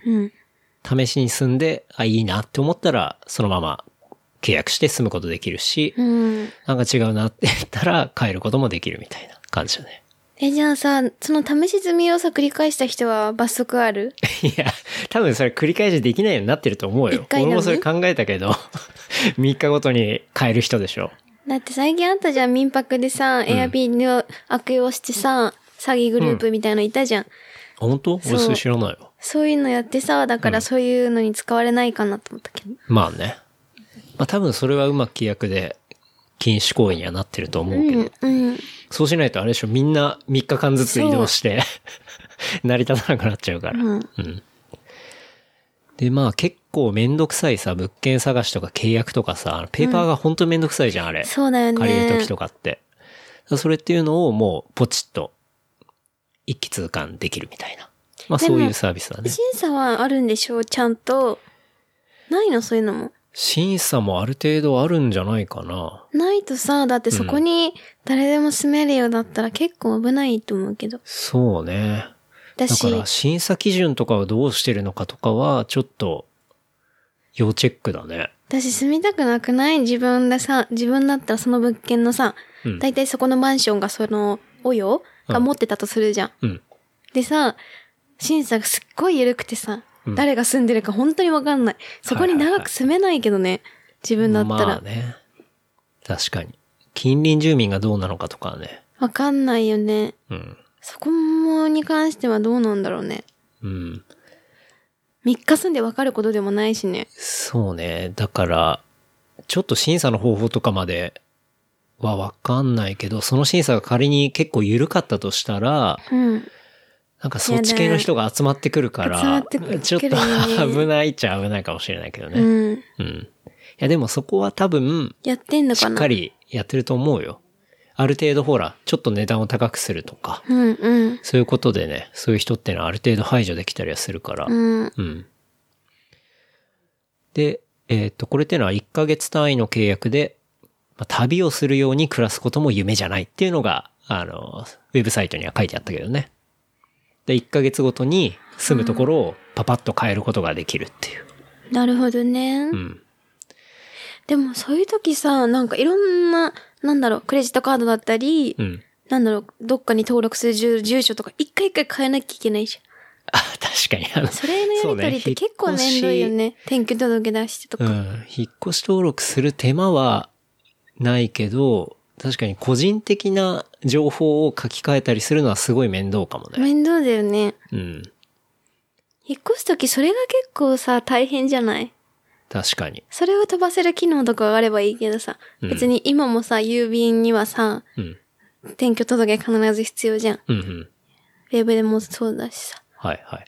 うん。
試しに住んで、あ、いいなって思ったら、そのまま契約して住むことできるし、
うん。
なんか違うなって言ったら帰ることもできるみたいな感じだね。
え、じゃあさ、その試し済みをさ、繰り返した人は罰則ある
いや、多分それ繰り返しできないようになってると思うよ
一。回なの
俺
に
もそれ考えたけど、3日ごとに変える人でしょ。
だって最近あったじゃん、民泊でさ、エアビーを悪用してさ、詐欺グループみたいのいたじゃん。
本当
そう
俺それ知らないよ。
そういうのやってさ、だからそういうのに使われないかなと思ったけど。
まあね。まあ多分それはうまく規約で禁止行為にはなってると思うけど、
うん、うん。
そうしないとあれでしょ、みんな3日間ずつ移動して、 成り立たなくなっちゃうから。
うん
うんで、まあ結構めんどくさいさ、物件探しとか契約とかさ、ペーパーがほんとめんどくさいじゃん、あれ。
そうだよね。
借りる時とかって。それっていうのをもうポチッと一気通貫できるみたいな。まあ
でも
そういうサービスだね。
審査はあるんでしょう、ちゃんと。ないの、そういうのも。
審査もある程度あるんじゃないかな。
ないとさ、だってそこに誰でも住めるようだったら結構危ないと思うけど。
そうね。
だ
だ
し、
から審査基準とかをどうしてるのかとかはちょっと要チェックだね。
だし住みたくなくない自分でさ、自分だったらその物件のさ、
うん
だいたいそこのマンションがその、およが持ってたとするじゃん。
うん。
でさ、審査がすっごい緩くてさ、
うん
誰が住んでるか本当にわかんない。そこに長く住めないけどね、自分だった
まあ
ら。
ね。確かに。近隣住民がどうなのかとかね。
わかんないよね。
うん。
そこもに関してはどうなんだろうね。
うん。
3日住んでわかることでもないしね。
そうね。だから、ちょっと審査の方法とかまではわかんないけど、その審査が仮に結構緩かったとしたら、
うん。
なんかそっち系の人が集まってくるから、
いやね集まってくるね
ちょっと危ないっちゃ危ないかもしれないけどね。
うん。
うん。いやでもそこは多分、
やってんの
し
か
っ
な
かりやってると思うよ。ある程度ほら、ちょっと値段を高くするとか、
うんうん。
そういうことでね、そういう人ってのはある程度排除できたりはするから。
うん。
うん。で、えっ、と、これってのは1ヶ月単位の契約で、まあ旅をするように暮らすことも夢じゃないっていうのが、あの、ウェブサイトには書いてあったけどね。で、1ヶ月ごとに住むところをパパッと変えることができるっていう。
なるほどね
う。ん。
でもそういう時さ、なんかいろんな、なんだろう、クレジットカードだったり、
うん。
なんだろう、どっかに登録する住住所とか、一回一回変えなきゃいけないじゃ
あ、確かに。あの
ん。それのやりとりって結構面倒いよ。
そうね
ね。転居届出してと
引っ越しう
か。
ん。引っ越し登録する手間はないけど、確かに個人的な情報を書き換えたりするのはすごい面倒かもね。
面倒だよね。
うん。
引っ越す時それが結構さ、大変じゃない
確かに。
それを飛ばせる機能とかがあればいいけどさ、
うん
別に今もさ、郵便にはさ、
うん。
転居届必ず必要じゃん。
うんうん。
ウェブでもそうだしさ。
はいはい。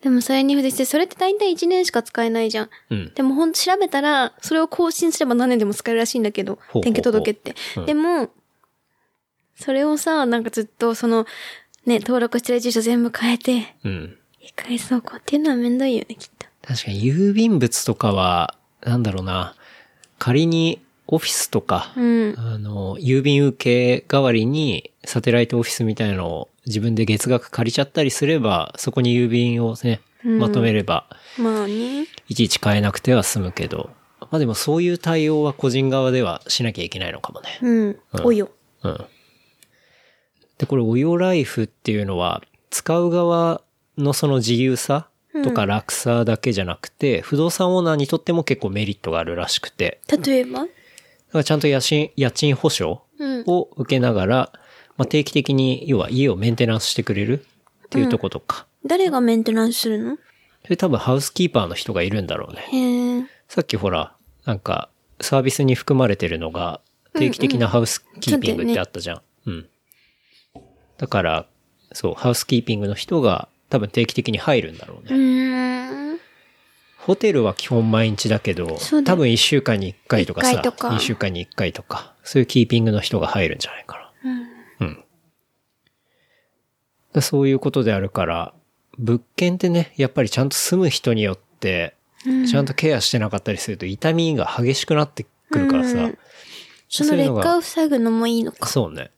でもそれに付随して、それって大体1年しか使えないじゃん。
うん。
でもほんと調べたら、それを更新すれば何年でも使えるらしいんだけど、
ほうほうほう
転居届って。
うん
でも、それをさ、なんかずっとその、ね、登録してる住所全部変えて、
うん。
一回走行っていうのはめんどいよね、きっと。
確かに郵便物とかは、なんだろうな。仮にオフィスとか、
うん。
あの、郵便受け代わりにサテライトオフィスみたいのを自分で月額借りちゃったりすれば、そこに郵便をね、
うん
まとめれば、
まあね。
いちいち変えなくては済むけど、まあでもそういう対応は個人側ではしなきゃいけないのかもね。
うん。およ。
うん。で、これ、およライフっていうのは、使う側のその自由さとか楽さだけじゃなくて、不動産オーナーにとっても結構メリットがあるらしくて、
例えば
だからちゃんと家賃、家賃保証
うん。
を受けながら、まあ、定期的に、要は家をメンテナンスしてくれるっていうとことか、
誰がメンテナンスするの
それ多分ハウスキーパーの人がいるんだろうね。
へえ。
さっきほら、なんか、サービスに含まれてるのが、定期的なハウスキーピングってあったじゃん。うん、だから、そう、ハウスキーピングの人が多分定期的に入るんだろう
う
ね。
ーん。
ホテルは基本毎日だけど
そう、だ
多分1週間に1回とかさ、
一回とか
2週間に1回とか、そういうキーピングの人が入るんじゃないかな。うん。だそういうことであるから、物件ってね、やっぱりちゃんと住む人によって、
うん
ちゃんとケアしてなかったりすると痛みが激しくなってくるからさ。
うんその
そういう
劣
のが
化を塞ぐのもいいのか。
そうね。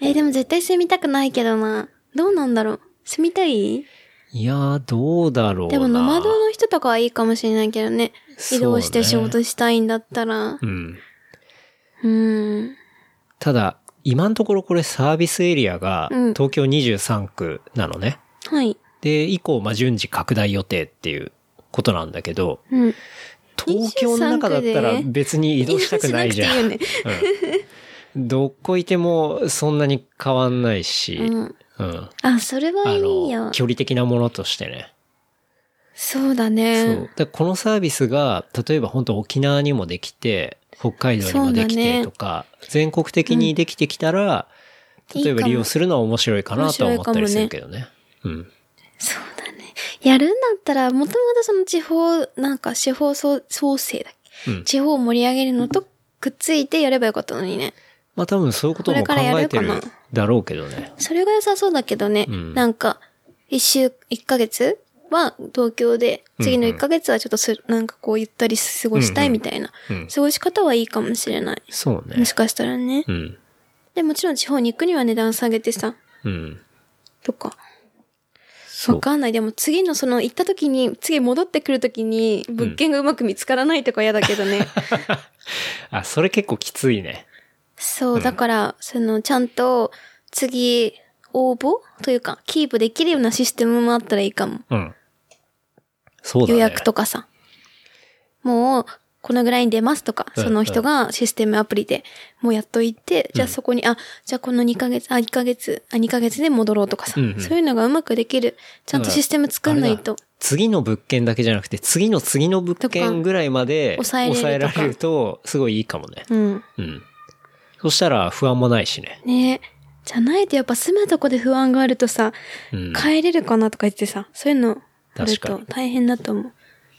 えーでも絶対住みたくないけどな。どうなんだろう。住みたい
いやー、どうだろうな。
でもノマドの人とかはいいかもしれないけどね。移動して仕
そうね
事したいんだったら。
うん。
うん。
ただ、今のところこれサービスエリアが
うん
東京23区なのね。
はい。
で、以降、まあ、順次拡大予定っていうことなんだけど、
うん。
東京の中だったら別に移動したくないじゃん。
移動しなくていいよ
うんどこいてもそんなに変わんないし、
ね。
うん。
うん。あ、それ
あ
はいい
の、
よ。
距離的なものとしてね。
そう
そ
だ
う。だ
ね。
からこのサービスが、例えば本当沖縄にもできて、北海道にもでき
そ
て
うだね
とか、全国的にできてきたら、
うん
例えば
いいかも
利用するのは面白いかなとは思ったり
面
す
白
る
いか
けどね。うん。
そうだね。やるんだったら、もともとその地方、なんか地方創創生だっけ、
うん
地方を盛り上げるのとくっついてやればよかったのにね。
まあ多分そういうことも
こ
考
れからや
え
る
て
かな
るだろうけどね。
それが良さそうだけどね。
うん
なんか、一週、一ヶ月は東京で、次の
うんうん
一ヶ月はちょっとす、なんかこうゆったり過ごしたいみたいな、
うん。
過ごし方はいいかもしれない。
そうね
もし。かしたらね。
うん。
で、もちろん地方に行くには値段下げてさ、
うん。
とか。
そ
わ
う。
かんない。でも次のその行った時に、次戻ってくる時に物件がうまく見つからないとか嫌だけ どね。
あ、それ結構きついね。
そう、だから、そのちゃんと次、応募というか、キープできるようなシステムもあったらいいかも。
うん。そうだね。
予約とかさ。もう、このぐらいに出ますとか、
うん
その人がシステムアプリでもうやっといて、じゃあそこに、あ、じゃあこの2ヶ月、あ、1ヶ月、あ、2ヶ月で戻ろうとかさ、
うんうん
そういうのがうまくできる。ちゃんとシステム作んないと。
次の物件だけじゃなくて、次の次の物件ぐらいまで
とか抑えれるとか
抑えられると、すごいいいかもね。
うん。
うん。そしたら不安もないしね。
ねえ。じゃないとやっぱ住むとこで不安があるとさ、
うん。
帰れるかなとか言ってさ、そういうのある
確か
と
に
大変だと思う。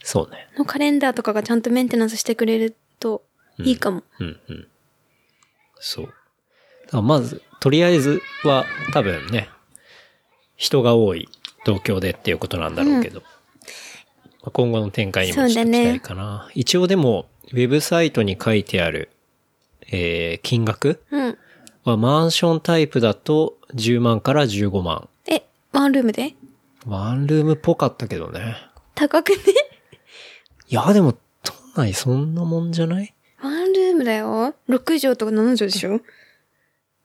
そうね。
のカレンダーとかがちゃんとメンテナンスしてくれるといいかも。
うんうん。そう。だからまず、とりあえずは多分ね、人が多い東京でっていうことなんだろうけど、まあ今後の展開にもちょっと
そうだ
期
ね
待かな。一応でも、ウェブサイトに書いてある、えー、金額
うん。
はマンションタイプだと10万から15万。
え、ワンルームで
ワンルームっぽかったけどね。
高くね
いや、でも、都内そんなもんじゃない
ワンルームだよ。6畳とか7畳でしょ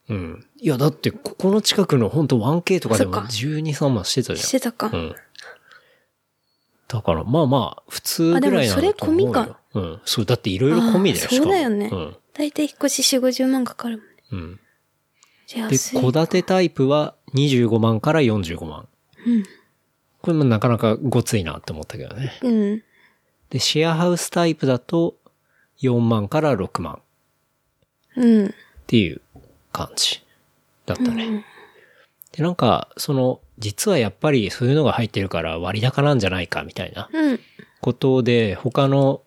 うん。いや、だって、ここの近くのほんと 1K とかでも
そっか
12、3万してたじゃん。
してたか。
うん。だから、まあまあ、普通ぐらいな
あで
の
も
と思うよ。
それ込みか。
うん。そう、だっていろいろ込みだよ、
あー
しかも
そうだよね
うん。
だいたい引っ越し4、50万かかるもんね。
うん。
じゃあ
で、
安い。
戸建てタイプは25万から45万。
うん。
これもなかなかごついなって思ったけどね。
うん。
で、シェアハウスタイプだと4万から6万
うん。
っていう感じだったね。
うん
で、なんか、その、実はやっぱりそういうのが入ってるから割高なんじゃないかみたいな
うん。
ことで、他の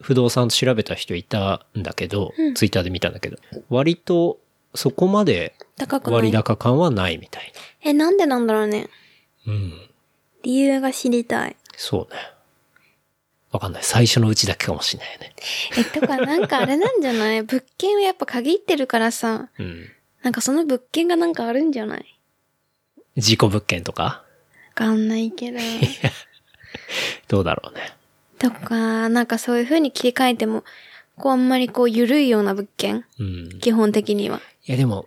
不動産調べた人いたんだけど、ツイッターで見たんだけど、割とそこまで
高くな
割
い。
高感はないみたい
え、なんでなんだろうね。
な。うん。
理由が知りたい。
そうね。わかんない。最初のうちだけかもしれないよね。
え、とかなんかあれなんじゃな い物件はやっぱ限ってるからさ、
うん。
なんかその物件がなんかあるんじゃない
事故物件とか
わかんないけど。
どうだろうね。
とか、なんかそういう風に切り替えても、こうあんまりこう緩いような物件
うん。
基本的には。
いやでも、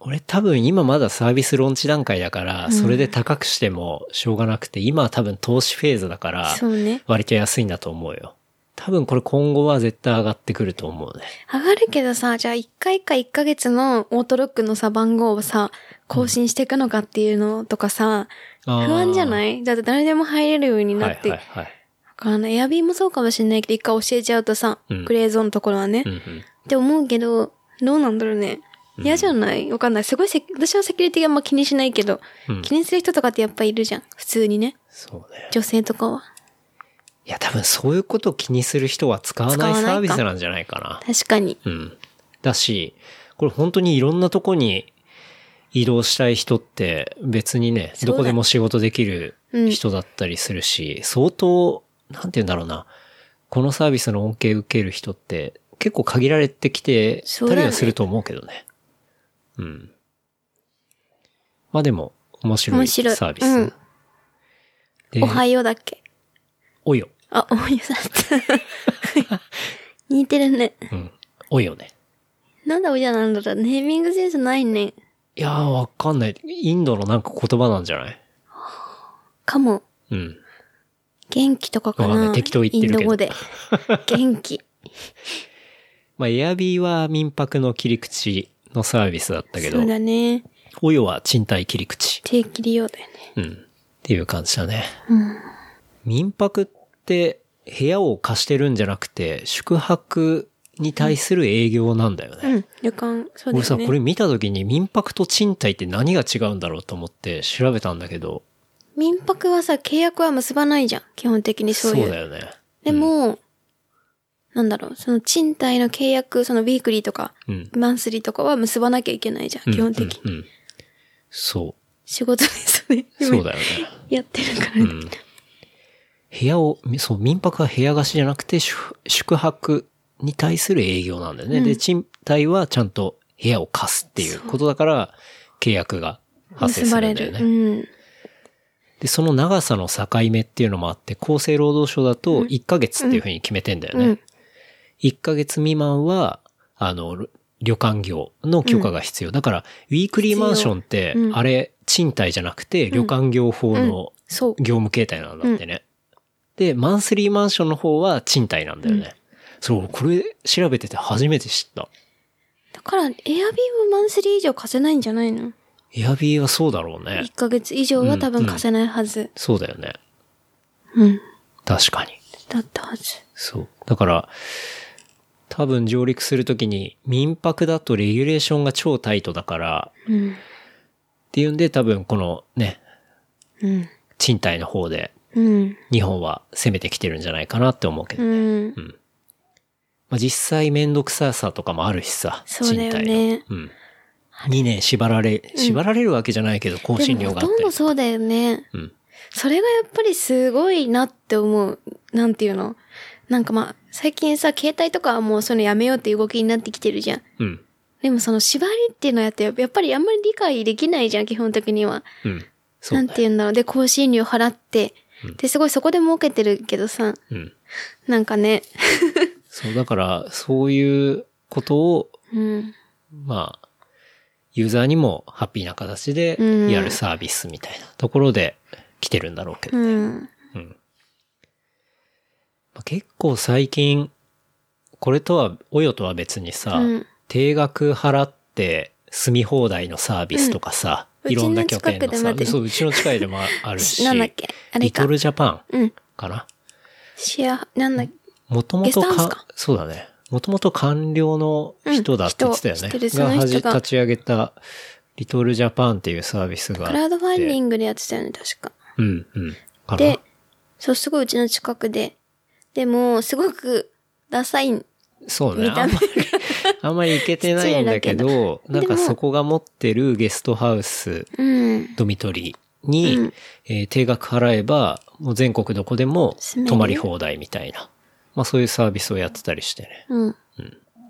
俺多分今まだサービスローンチ段階だから、それで高くしてもしょうがなくて、今は多分投資フェーズだから、
そうね。
割と安いんだと思うよ。多分これ今後は絶対上がってくると思うね。
上がるけどさ、じゃあ1回か1ヶ月のオートロックのさ、番号をさ、更新していくのかっていうのとかさ、
不
不安じゃないいだって誰でも入れるようになって。
はいはいはい。
あの、エアビーもそうかもしれないけど、一回教えちゃうとさ、
うん
グレーゾーンのところはね、
うんう
っ
ん。
て思うけど、どうなんだろうね。嫌じゃないわかんない。すごいセキュ、私はセキュリティがあんま気にしないけど、
うん
気にする人とかってやっぱいるじゃん。普通にね。
そうね。
女性とかは。
いや多分そういうことを気にする人は使わ
使
な
わ
い
ないか
サービスなんじゃないかな。
確かに。
うん。だし、これ本当にいろんなとこに移動したい人って別にね、
うだ
どこでも仕事できる
うん
人だったりするし、相当、なんて言うんだろうな、このサービスの恩恵受ける人って結構限られてきて
そう
た
だね
りはすると思うけどね。うん。まあでも、面白
面
い
白い
サービス。
うん
で
おはようだっけ。
およ。
あ、おはようだった。 似てるね。
うん。およね。
なんでおじゃなんだろう。ネーミングセンスないね。
いやー、わかんない。インドのなんか言葉なんじゃない
かも。
うん。
元気とかか
わかん
な。
ない適当言ってるけど
インド 語で。元気。
まあ、エアビーは民泊の切り口のサービスだったけど
そう、だね。
およは賃貸切り口。
定期利用だよね。
うん。っていう感じだね。民泊って部屋を貸してるんじゃなくて、宿泊に対する営業なんだよね。
うん。旅館、そう
俺
です
さ、
ね。
これ見た時に民泊と賃貸って何が違うんだろうと思って調べたんだけど、
民泊はさ、契約は結ばないじゃん。基本的にそういう。
そうだよね。
でも、なんだろう、その賃貸の契約、そのウィークリーとか、
うん。
マンスリーとかは結ばなきゃいけないじゃん。基本的に。
うん。うん。そ
仕事ですね。
う。そうだよね。
やってるから、
うん。部屋を、みそう、民泊は部屋貸しじゃなくて、宿宿泊に対する営業なんだよね。で、賃貸はちゃんと部屋を貸すっていうことだから、契約が発生
結
す
ば
る
れ
んだよ
る。
ね。
うん。
で、その長さの境目っていうのもあって、厚生労働省だと1ヶ月っていうふうに決めてんだよね。
うん
1ヶ月未満は、あの、ろ旅館業の許可が必要。だから、ウィークリーマンションって、
必要うん
あれ、賃貸じゃなくて、旅館業法の
そう。
業務形態なんだってね。で、マンスリーマンションの方は賃貸なんだよね。そう、これ調べてて初めて知った。
だから、エアビーもマンスリー以上貸せないんじゃないの
エアビーはそうだろうね。
?1 ヶ月以上は多分貸せないはず。
そうだよね。
うん。
確かに。
だったはず。
そう。だから、多分上陸するときに民泊だとレギュレーションが超タイトだから、
うん。
っていうんで多分このね、
うん。
賃貸の方で
うん。
日本は攻めてきてるんじゃないかなって思うけど。
うん。
まあ、実際めんどくささとかもあるしさ、
そうだよね
賃貸の。うん。2年縛られ、縛られるわけじゃないけど、更
で
新
も
料
ほ
があっ
とん
た
ど
り。
そうだよね。
うん。
それがやっぱりすごいなって思う。なんていうのなんかまあ、最近さ、携帯とかはもうそういうのやめようっていう動きになってきてるじゃん。
うん。
でもその縛りっていうのやって、やっぱりあんまり理解できないじゃん、基本的には。
うん。そうだ
なん
よ
て言うんだろう。で、更新料払って。で、すごいそこで儲けてるけどさ、
うん。
なんかね。
そう、だから、そういうことを
うん。
まあ、ユーザーにもハッピーな形で
うん
やるサービスみたいなところで来てるんだろうけど。
うん。
まあ結構最近、これとは、およとは別にさ、
うん
定額払って住み放題のサービスとかさ、
うん
いろんな拠点
うち
の
の近くで
さ、
待って
そう、うちの近いでもあるし、
なんだっけあれ
リト
か。
ルジャパン
うん。
かな。
シェア、なんだっけ
もとも
ゲス
と
トハウス
か
か、
そうだね。もともと官僚の人だって言ってたよ
うん
ね。
人知ってる
が
その人が
立ち上げた、リトルジャパンっていうサービスがあっ
ク
て。
ラウドファンディングでやってたよね、確か。
うん、うん。かな
で、そう、すごいうちの近くで。でも、すごく、ダサい。
そうね。
見
あ
た
ん
目
まり、あんまりいけてないんだけど、
失礼だけど
なんか
でも
そこが持ってるゲストハウス、
うん。
ドミトリーに、えー定額払えば、もう全国どこでも
住める
泊まり放題みたいな。まあそういうサービスをやってたりしてね。
うん。
てい
な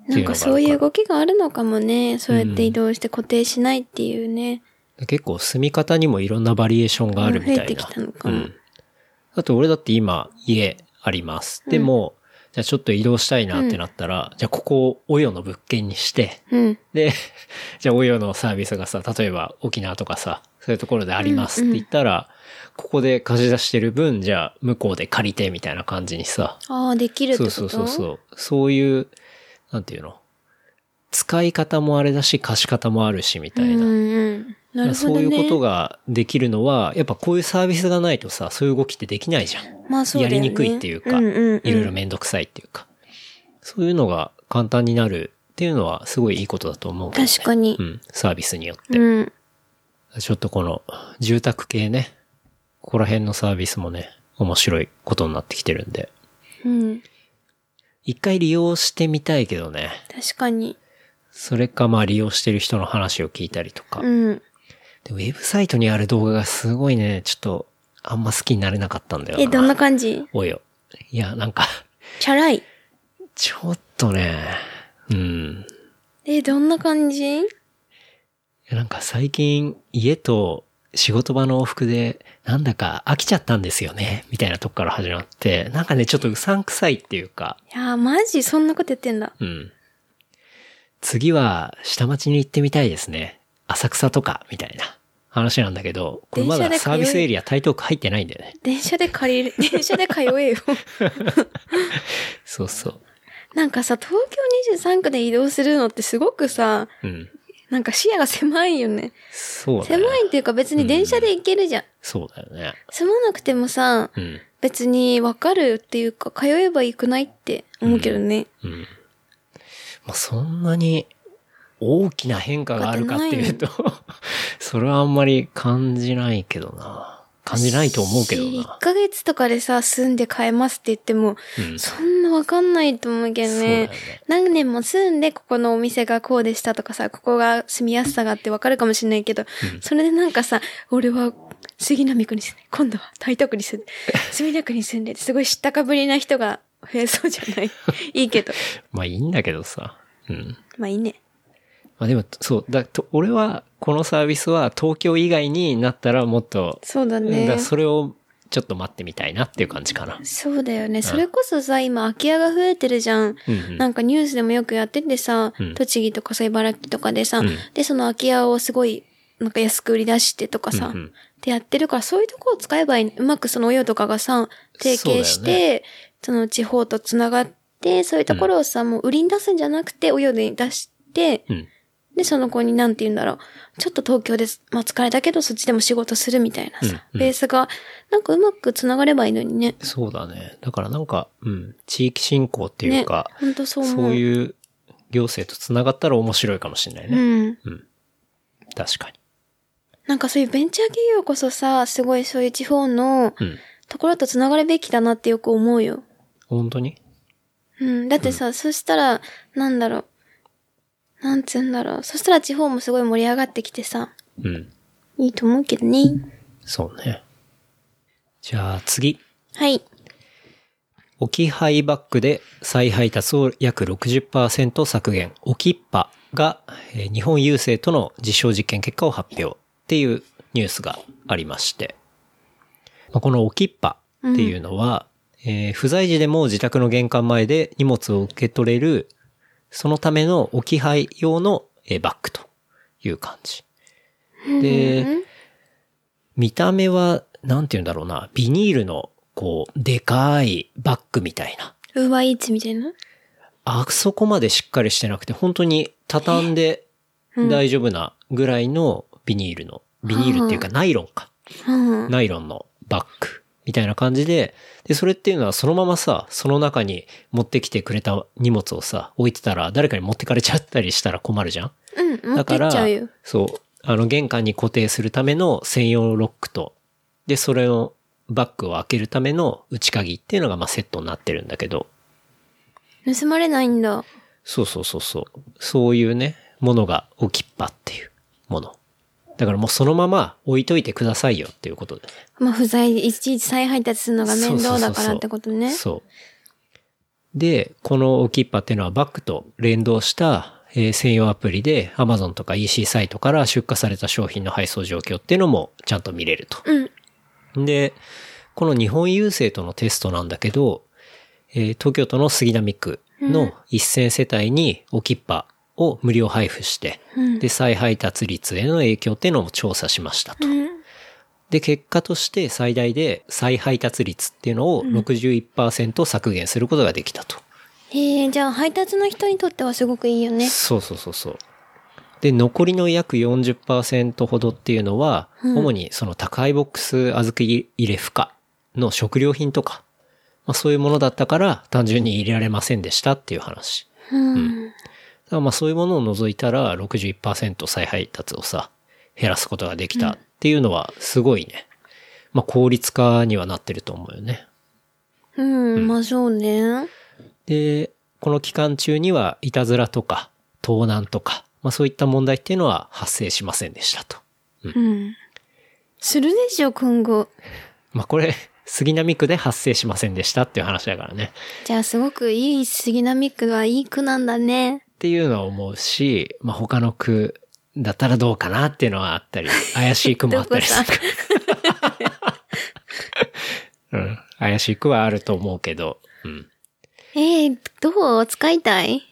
うんのがあるから
かそういう動きがあるのかもね。そうやって移動して固定しないっていうね。
結構住み方にもいろんなバリエーションがあるみたいな。
増えてきたのか
う
も
ん。だって俺だって今、家あります。でも、じゃあちょっと移動したいなってなったら、じゃあここをおよの物件にして、
うん。
で、 じゃあ、およのサービスがさ、例えば沖縄とかさ、そういうところでありますって言ったら、ここで貸し出してる分、じゃあ、向こうで借りてみたいな感じにさ、
ああ、できるって
そ
こ
う
と
そうそうそう、そういう、なんていうの、使い方もあれだし、貸し方もあるし、みたい
うん
な。
うん。なるほ
そ
ど
う
ね。
いうことができるのは、やっぱこういうサービスがないとさ、そういう動きってできないじゃん。
まあそうだ
や
よね。
りにくいっていうか、
んうんうん
いろいろめんどくさいっていうか、そういうのが簡単になるっていうのはすごいいいことだと思うけどね
確かに
う。ん、サービスによっ
う
て。
ん。
ちょっとこの住宅系ね、ここら辺のサービスもね、面白いことになってきてるんで。
うん。
一回利用してみたいけどね。
確かに。
それかまあ利用してる人の話を聞いたりとか。
うん。
でウェブサイトにある動画がすごいね、ちょっとあんま好きになれなかったんだよな。
え、どんな感じ
およ。いや、なんか、
チャラい。
ちょっとね、うん。
え、どんな感じ
いやなんか最近家と仕事場の往復でなんだか飽きちゃったんですよね、みたいなとこから始まって、なんかね、ちょっとうさんくさいっていうか、
いやー、マジそんなことやってんだ。
うん。次は下町に行ってみたいですね。浅草とか、みたいな話なんだけど、これまだ
電車
サ
で通え
ービスエリア台東区入ってないんだよね。
電車で借 りる、電車で通えよ。
そうそう。
なんかさ、東京23区で移動するのってすごくさ、
うん。
なんか視野が狭いよね。
そうだね。
狭いっていうか別に電車で行けるじゃん。
そうだよね。
住まなくてもさ、
うん。
別にわかるっていうか、通えば行くないって思うけどね。
うん。まあ、そんなに大きな変化があるかっていうと、それはあんまり感じないけどな。感じないと思うけどな
1。ヶ月とかでさ、住んで買えますって言っても、
うん
そんなわかんないと思うけど
そうだよ
ね
ね。
何年も住んで、ここのお店がこうでしたとかさ、ここが住みやすさがあってわかるかもしれないけど、それでなんかさ、俺は杉並区に住んで、今度は台東区 に住んで、墨田区に住んでって、すごい知ったかぶりな人が増えそうじゃない いいけど。
まあいいんだけどさ。うん。
まあいいね。
まあでも、そう、だと、俺は、このサービスは東京以外になったらもっと、
そう
だ
だね
から。それをちょっと待ってみたいなっていう感じかな。
そうだよね。それこそさ、今空き家が増えてるじゃん。
うんうん
なんかニュースでもよくやっててさ、
うん
栃木とかさ、茨城とかでさ、
うん
で、その空き家をすごい、なんか安く売り出してとかさ、
うんうん
ってやってるから、そういうとこを使えばいい、うまくその親とかがさ、提携し
そうだ
て、そ,、の地方とつながって、そういうところをさ、もう売りに出すんじゃなくて、親に出して、
うん。
で、その子になんて言うんだろう。ちょっと東京で、まあ疲れたけど、そっちでも仕事するみたいなさ、
うんうん
ベースが、なんかうまくつながればいいのにね。
そうだね。だからなんか、うん、地域振興っていうか、
ね、本当そう思う。
そういう行政と繋がったら面白いかもしれないね。
うん。
確かに。
なんかそういうベンチャー企業こそさ、すごいそういう地方の
うん。
ところと繋がるべきだなってよく思うよ。
本当に
うん。だってさ、そしたら、なんだろう。なんつうんだろう。そしたら地方もすごい盛り上がってきてさ、
うん。
いいと思うけどね。
そうね。じゃあ次。
はい。
置き配バッグで再配達を約60%削減。置きっぱがえー日本郵政との実証実験結果を発表っていうニュースがありまして。まあこの置きっぱっていうのは、えー不在時でも自宅の玄関前で荷物を受け取れる、そのための置き配用のえーバッグという感じ。で、見た目は、なんて言うんだろうな、ビニールの、こう、でかいバッグみたいな。
ウーバーイーツみたいな
あそこまでしっかりしてなくて、本当に畳んで大丈夫なぐらいのビニールの、ビニールっていうかナイロンか。
うん。
ナイロンのバッグみたいな感じで、で、それっていうのはそのままさ、その中に持ってきてくれた荷物をさ、置いてたら誰かに持ってかれちゃったりしたら困るじゃん
うん、持
だ
っ
か
てっ
ら
ちゃうよ。、
そう、あの玄関に固定するための専用ロックと、で、それのバッグを開けるための内鍵っていうのがまあセットになってるんだけど、
盗まれないんだ。
そうそうそうそう、そういうね、ものが置きっぱっていうもの。だからもうそのまま置いといてくださいよっていうことでね。
まあ、不在でいちいち再配達するのが面倒だからってことね。
そうそうそうそう。で、この置きっぱっていうのはバッグと連動した、えー専用アプリで Amazon とか EC サイトから出荷された商品の配送状況っていうのもちゃんと見れると。
うん。
で、この日本郵政とのテストなんだけど、えー東京都の杉並区の1000世帯に置きっぱを無料配布して、
うん
で、再配達率への影響っていうのも調査しましたと。
うん。
で、結果として最大で再配達率っていうのを61%削減することができたと。
へえ、じゃあ配達の人にとってはすごくいいよね。
そうそうそうそう。で、残りの約40%ほどっていうのは、主にその宅配ボックス預け入れ不可の食料品とか、まあそういうものだったから単純に入れられませんでしたっていう話。
うん。
だからまあそういうものを除いたら61%再配達をさ、減らすことができたっていうのはすごいね。まあ効率化にはなってると思うよね。
うん、まあそうね。
で、この期間中には、いたずらとか、盗難とか、まあそういった問題っていうのは発生しませんでしたと。
うん。するでしょ、今後。
まあこれ、杉並区で発生しませんでしたっていう話だからね。
じゃあすごくいい杉並区はいい区なんだね。
っていうのは思うし、まあ他の区だったらどうかなっていうのはあったり、怪しい区もあ ったりするから。 うん。怪しい区はあると思うけど、うん。
ええどう使いたい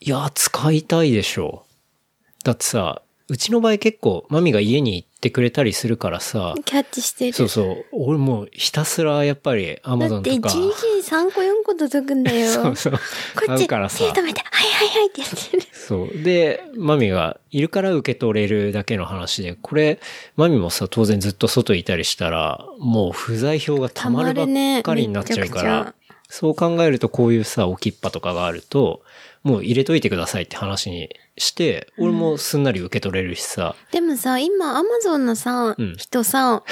いや、使いたいでしょう。だってさ、うちの場合結構、マミが家に行ってくれたりするからさ、
キャッチしてる。
そうそう。俺もうひたすらやっぱり Amazon
だって
と
1
か。
日に3個4個届くんだよ。
そうそう。
こっ
買
ち、
うからさ
手。止めて、はいはいはいってや ってる。
そう。で、マミがいるから受け取れるだけの話で、これ、マミもさ、当然ずっと外いたりしたら、もう不在票が溜まるばっかりになっちゃうか
たまるねめ
ら、
ちゃく
そう考えるとこういうさ、置きっぱとかがあると、もう入れといてくださいって話にして、俺もすんなり受け取れるしさ、
でもさ、今、アマゾンのさ、
うん
人さ、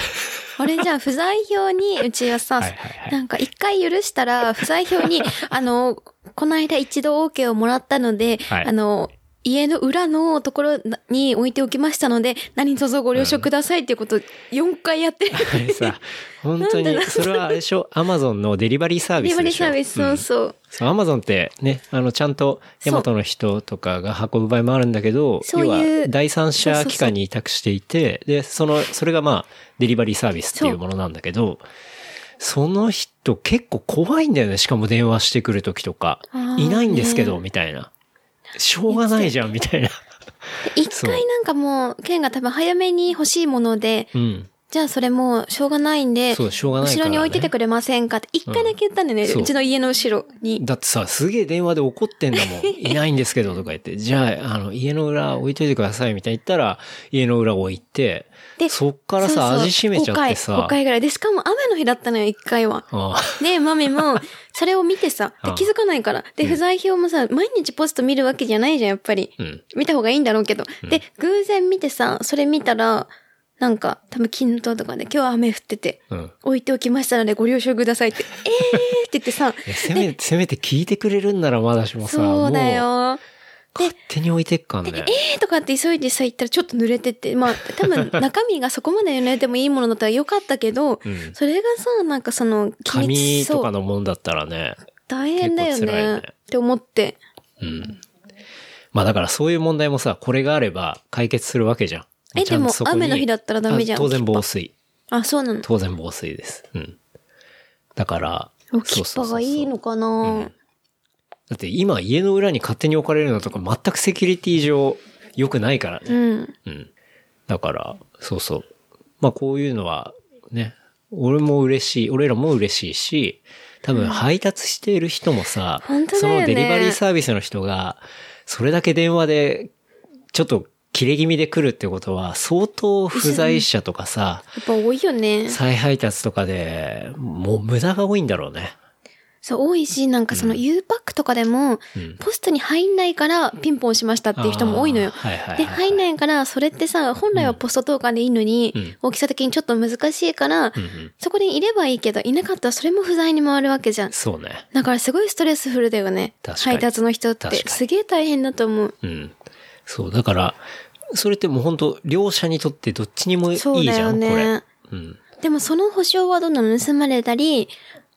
あれじゃあ、不在表に、うちはさ、
はいはいはい
なんか一回許し たら、不在表に、あの、この間一度 OK をもらったので、
はい
あの、家の裏のところに置いておきましたので、何卒ご了承くださいっていうことを4回やって る。
あれさ、本当
なんで
に
な、んだ
それはあれでしょ、アマゾンのデリバリーサービスでしょ。
デリバリーサービス、そうそう。
そう、アマゾンってね、あの、ちゃんと、ヤ
そう
マトの人とかが運ぶ場合もあるんだけど、
そういう
要は、第三者機関に委託していて、で、その、それがまあ、デリバリーサービスっていうものなんだけど、その人結構怖いんだよね。しかも電話してくるときとか
あー、
いないんですけど、
ね
みたいな。しょうがないじゃん、みたいな。
一
そ
回
う
なんかもう、ケンが多分早めに欲しいもので、
うん。
じゃあそれもうしょうがないんで、
そう、しょうがないから、ね。
後ろに置いててくれませんかって、一回だけ言ったんだよね、
うんそう
うちの家の後ろに。
だってさ、すげえ電話で怒ってんだ もん。いないんですけど、とか言って。じゃあ、あの、家の裏置いといてください、みたいに言ったら、家の裏置いて、
で
そっからさ、
そうそう
味しめちゃって
5回、
さ
5、回ぐらい。で、しかも雨の日だったのよ、1回は。
ああ
で、マミ も、それを見てさ、で
あ
気づかないから。で、不在表もさ、毎日ポスト見るわけじゃないじゃん、やっぱり。
うん。
見た方がいいんだろうけど。で、偶然見てさ、それ見たら、なんか、多分金の塔とかで、今日は雨降ってて、
うん。
置いておきましたのでご了承くださいって、 えーって言ってさ、
いやせめ、せめて聞いてくれるんならまだしもさ、
そうだ
もう
よ。
勝手に置いてっかんね。
えーとかって急いでさ、行ったらちょっと濡れてて、まあ、多分中身がそこまで濡れてもいいものだったらよかったけど、
うん
それがさ、なんかその、気に
紙と
そ
か
う、
のもんだったらね。
大変だよ
結構辛い
ね
ね
って思って。
うん。まあだからそういう問題もさ、これがあれば解決するわけじゃん。
え、
ちゃ
で
んと
も
そこに
雨の日だったらダメじゃん。
あ当然防水。
あ、そうなの。
当然防水です。うん。だから、
おき
そ
っぱ
うそうそうそう
がいいのかな
だって今家の裏に勝手に置かれるのとか全くセキュリティ上良くないから
う
ね。
ん。
うん。だから、そうそう。まあこういうのはね、俺も嬉しい、俺らも嬉しいし、多分配達している人もさ、
本当
そ
だよね
のデリバリーサービスの人が、それだけ電話で、ちょっと切れ気味で来るってことは、相当不在者とかさ、
やっぱ多いよね。
再配達とかで、もう無駄が多いんだろうね。
そう、多いし、なんかその U パックとかでも、
うん
ポストに入んないからピンポンしましたっていう人も多いのよ
あー。はいはいはいはい
で、入んないから、それってさ、本来はポスト投函でいいのに、
うん
大きさ的にちょっと難しいか
うん
ら、
うん。
そこにいればいいけど、いなかったらそれも不在に回るわけじゃん。
そうね。
だからすごいストレスフルだよね。
確かに
配達の人っ
確か
て。
に
すげえ大変だと思う。
うん。そう、だから、それってもう本当両者にとってどっちにもいいじ
そうだ
ゃ
よ
ん、これ
ね。。
うん。
でもその保証はどんどん盗まれたり、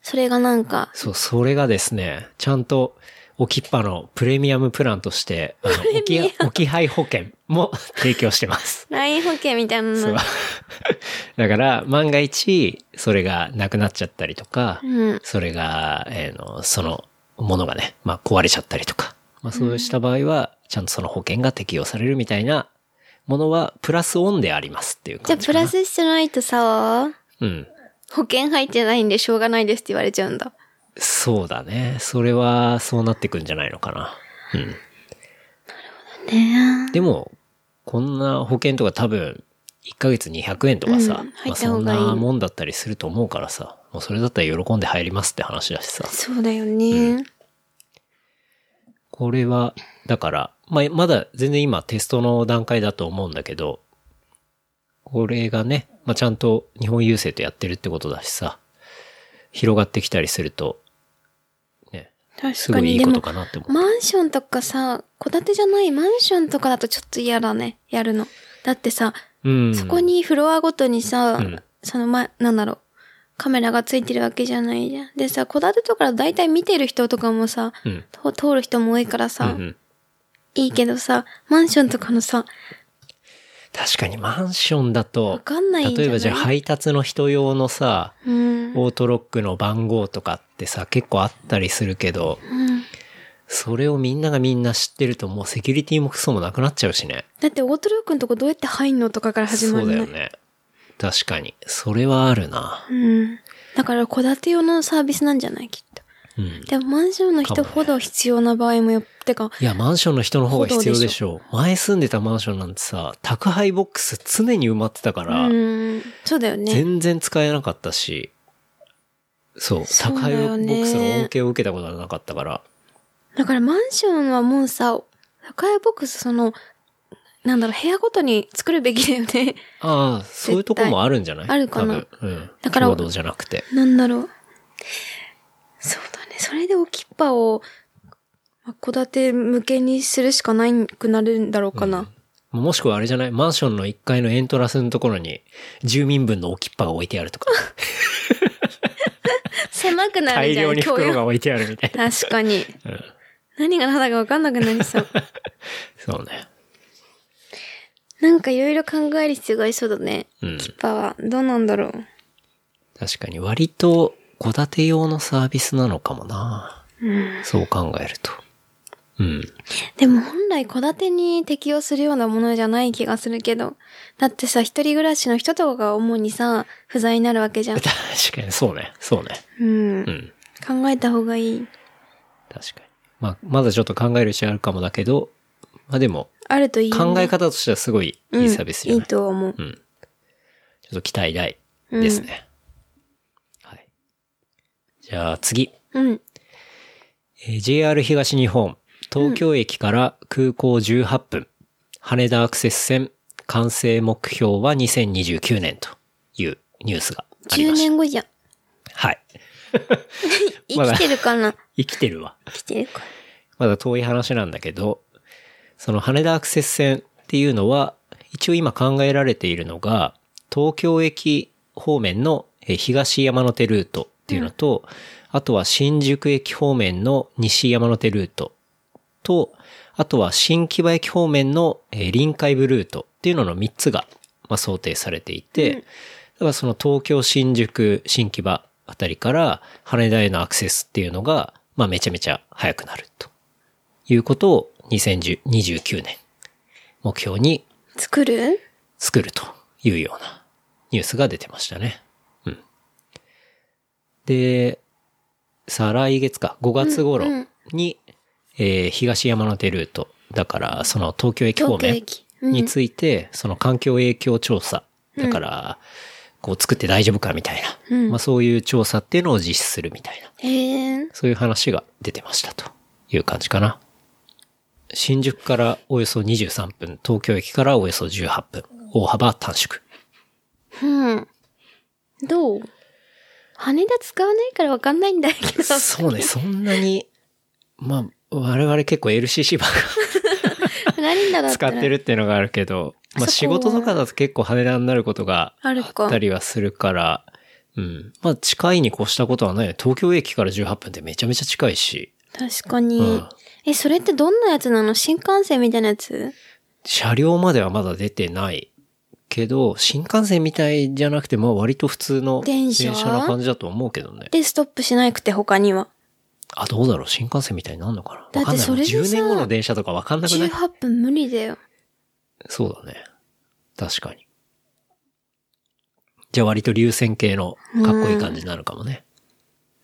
それがなんか、
そう、それがですね、ちゃんと、置きっぱのプレミアムプランとして、 あの置き、置き配保険も提供して ます。
LINE 保険みたいな
そう
の。。
だから、万が一、それがなくなっちゃったりとか、
うん。
それが、えーの、そのものがね、まあ壊れちゃったりとか、まあそうした場合は、ちゃんとその保険が適用されるみたいなものは、プラスオンでありますっていう
じゃ
感
あ
じ
プ
かな。
ラスしてないとさ、
うん。
保険入ってないんでしょうがないですって言われちゃうんだ。
そうだね。それは、そうなってくんじゃないのかな。
ね
でも、こんな保険とか多分、1ヶ月200円とかさ、
う
ま
ん入
あ
った
そ
方
ん
がいい
なもんだったりすると思うからさ、もうそれだったら喜んで入りますって話だしさ。
そうだよね。
これは、だから、まあ、まだ全然今テストの段階だと思うんだけど、これがね、まあ、ちゃんと日本郵政とやってるってことだしさ、広がってきたりすると、ね、すご
確か
いい
に。
い
で
こと
も、
かなって思う。
マンションとかさ、戸建てじゃないマンションとかだとちょっと嫌だね。やるの。だってさ、
うん。
そこにフロアごとにさ、
うん
その前、なんだろう。カメラがついてるわけじゃないじゃん。でさ、戸建てとかだいたい見てる人とかもさ、
うん、
と通る人も多いから
うん
さ、
うん。
いいけどさ、マンションとかのさ、
確かにマンションだ
わ
と、
かんないんじゃない
例えばじゃあ配達の人用のさ、
うん。
オートロックの番号とかってさ、結構あったりするけど、
うん
それをみんながみんな知ってるともうセキュリティもクソもなくなっちゃうしね。
だってオートロックのとこどうやって入んのとかから始まる
そうだよ
ね
ね。確かに。それはあるな。
うん。だから、戸建て用のサービスなんじゃないきっと。
うん。
でも、マンションの
か
人
もね
ほど必要な場合もよってか、
いや、マンションの人の方が必要
歩道
で
で
し
し
ょう。前住んでたマンションなんてさ、宅配ボックス常に埋まってたか
う
ら、
ん。そうだよね。
全然使えなかったし、そう、
そう
宅
だ
配ボ
よね
ックスの恩恵を受けたことはなかったから、
だから、マンションはもうさ、高いボックス、その、なんだろう、部屋ごとに作るべきだよね。
ああ、そういうとこもあるんじゃない
あるかな
多分うん。
だから
共同じゃ なくて。
なんだろう。そうだね。それで置きっぱを、まあ、戸建て向けにするしかないくなるんだろうかな。
もしくはあれじゃないマンションの1階のエントラスのところに住民分の置きっぱが置いてあるとか、
狭く なる
大
じゃ
量
ん、
に袋
共
が
用
置いてあるみたいな。
確かに。
ん
何が何だか分かんなくな りそう。
そうね。
なんかいろいろ考える必要がありそうだね。
うん。
キッパーは。どうなんだろう。
確かに割と戸建て用のサービスなのかもな。そう考えると。うん。
でも本来戸建てに適用するようなものじゃない気がするけど。だってさ、一人暮らしの人とかが主にさ、不在になるわけじゃん。
確かに、そうね。そうね。
うん
う。ん。
考えた方がいい。
確かに。まあ、まだちょっと考える余地あるかもだけど、まあでも、
あるといい、ね。
考え方としてはすごいいいサービスじゃ
うん、
ない
い、と思う。
ちょっと期待大ですね。はい。じゃあ次。
うん。
えー JR 東日本、東京駅から空港18分、羽田アクセス線、完成目標は2029年というニュースがあり
10
ました。
年後じゃん。
はい。まだ
生きてるかな
生きてるわ。
生きてるか。
まだ遠い話なんだけど、その羽田アクセス線っていうのは、一応今考えられているのが、東京駅方面のえー東山手ルートっていうのと、あとは新宿駅方面の西山手ルートと、あとは新木場駅方面のえー臨海部ルートっていうのの3つが、まあ、想定されていて、だからその東京、新宿、新木場あたりから羽田へのアクセスっていうのが、まあ、めちゃめちゃ早くなるということを2029年目標に
作る
作るというようなニュースが出てましたね。うん。で、再来月か、5月頃に、えー東山手ルート、だからその東京駅方
東京
面
駅。うん。
について、その環境影響調査、だから、こう作って大丈夫かみたいな、まあそういう調査っていうのを実施するみたいな。
へえ。
そういう話が出てましたという感じかな。新宿からおよそ23分、東京駅からおよそ18分、大幅短縮。
うん。どう羽田使わないからわかんないんだけど。
そうね、そんなに、まあ、我々結構 LCC ばっか
何だだった
使
ら。
ってるっていうのがあるけど、まあ
あそこは
仕事とかだと結構羽田になることが
ある
あ
か
った。りはするから、うん。まあ近いに越したことはないね。東京駅から18分ってめちゃめちゃ近いし、
確かに、
うん
え、それってどんなやつなの新幹線みたいなやつ
車両まではまだ出てないけど、新幹線みたいじゃなくて、まあ割と普通の
電車
な感じだと思うけどね。
で、ストップしなくて他には。
あ、どうだろう新幹線みたいになんのかな
だ
わ
っ
かんな
て
い。
それでさ
10年後の電車とかわかんなくない
18分無理だよ。
そうだね。確かに。じゃあ割と流線形のかっこいい感じになるかもね。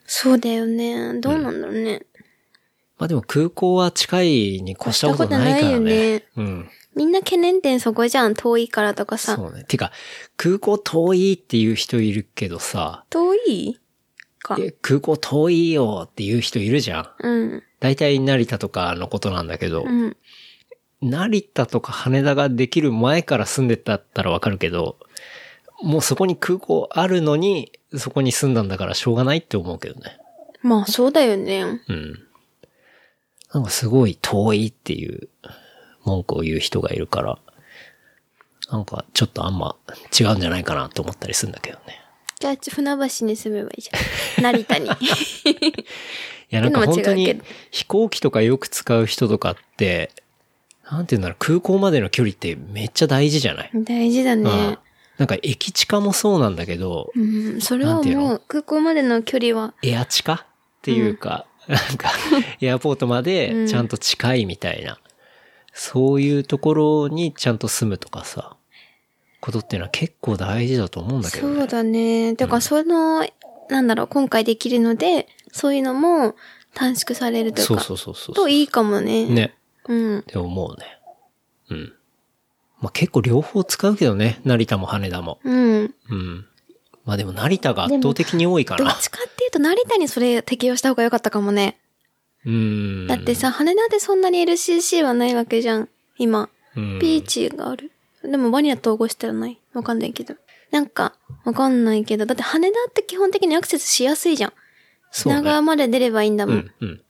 そうだよね。どうなんだろうね。
まあでも空港は近いに越したことないからね。
越し
うん。
みんな懸念点そこじゃん。遠いからとかさ。
そうね。てか、空港遠いっていう人いるけどさ、
遠いか。
え空港遠いよっていう人いるじゃん。
うん。
大体成田とかのことなんだけど、
うん。
成田とか羽田ができる前から住んでたったらわかるけど、もうそこに空港あるのに、そこに住んだんだからしょうがないって思うけどね。
まあ、そうだよね。
うん。なんかすごい遠いっていう文句を言う人がいるから、なんかちょっとあんま違うんじゃないかなと思ったりするんだけどね。
じゃあ、船橋に住めばいいじゃん。成 田に。
いや、なんか本当
っていう
に
のは違う
飛行機とかよく使う人とかって、なんていうんだろう、空港までの距離ってめっちゃ大事じゃない
大事だ
うん
ね。
なんか駅地下もそうなんだけど、
うん。それ
なん
は
ていう
も
の
う、空港までの距離は、
エア地下っていうか、なんか、エアポートまでちゃんと近いみたいな、そういうところにちゃんと住むとかさ、ことっていうのは結構大事だと思うんだけど
そ
ね。
うだね。だから、その、なんだろう、今回できるので、そういうのも短縮されるという
そう
か、
そうそうそう
といいかもね。。
ね。
うん。
って思うね。うん。まあ、結構両方使うけどね、成田も羽田も。
うん。
うん。まあでも成田が圧倒的に多いか
ど
な
っ。ちかっていうと、成田にそれ適用した方が良かったかもね。
うん。
だってさ、羽田でそんなに LCC はないわけじゃん。今。
うん、
ピーチがある。でもバニラ統合してはない。わかんないけど。なんか、わかんないけど。だって羽田って基本的にアクセスしやすいじゃん。
そうね
品川まで出ればいいんだ
う
もん。
ん、うん。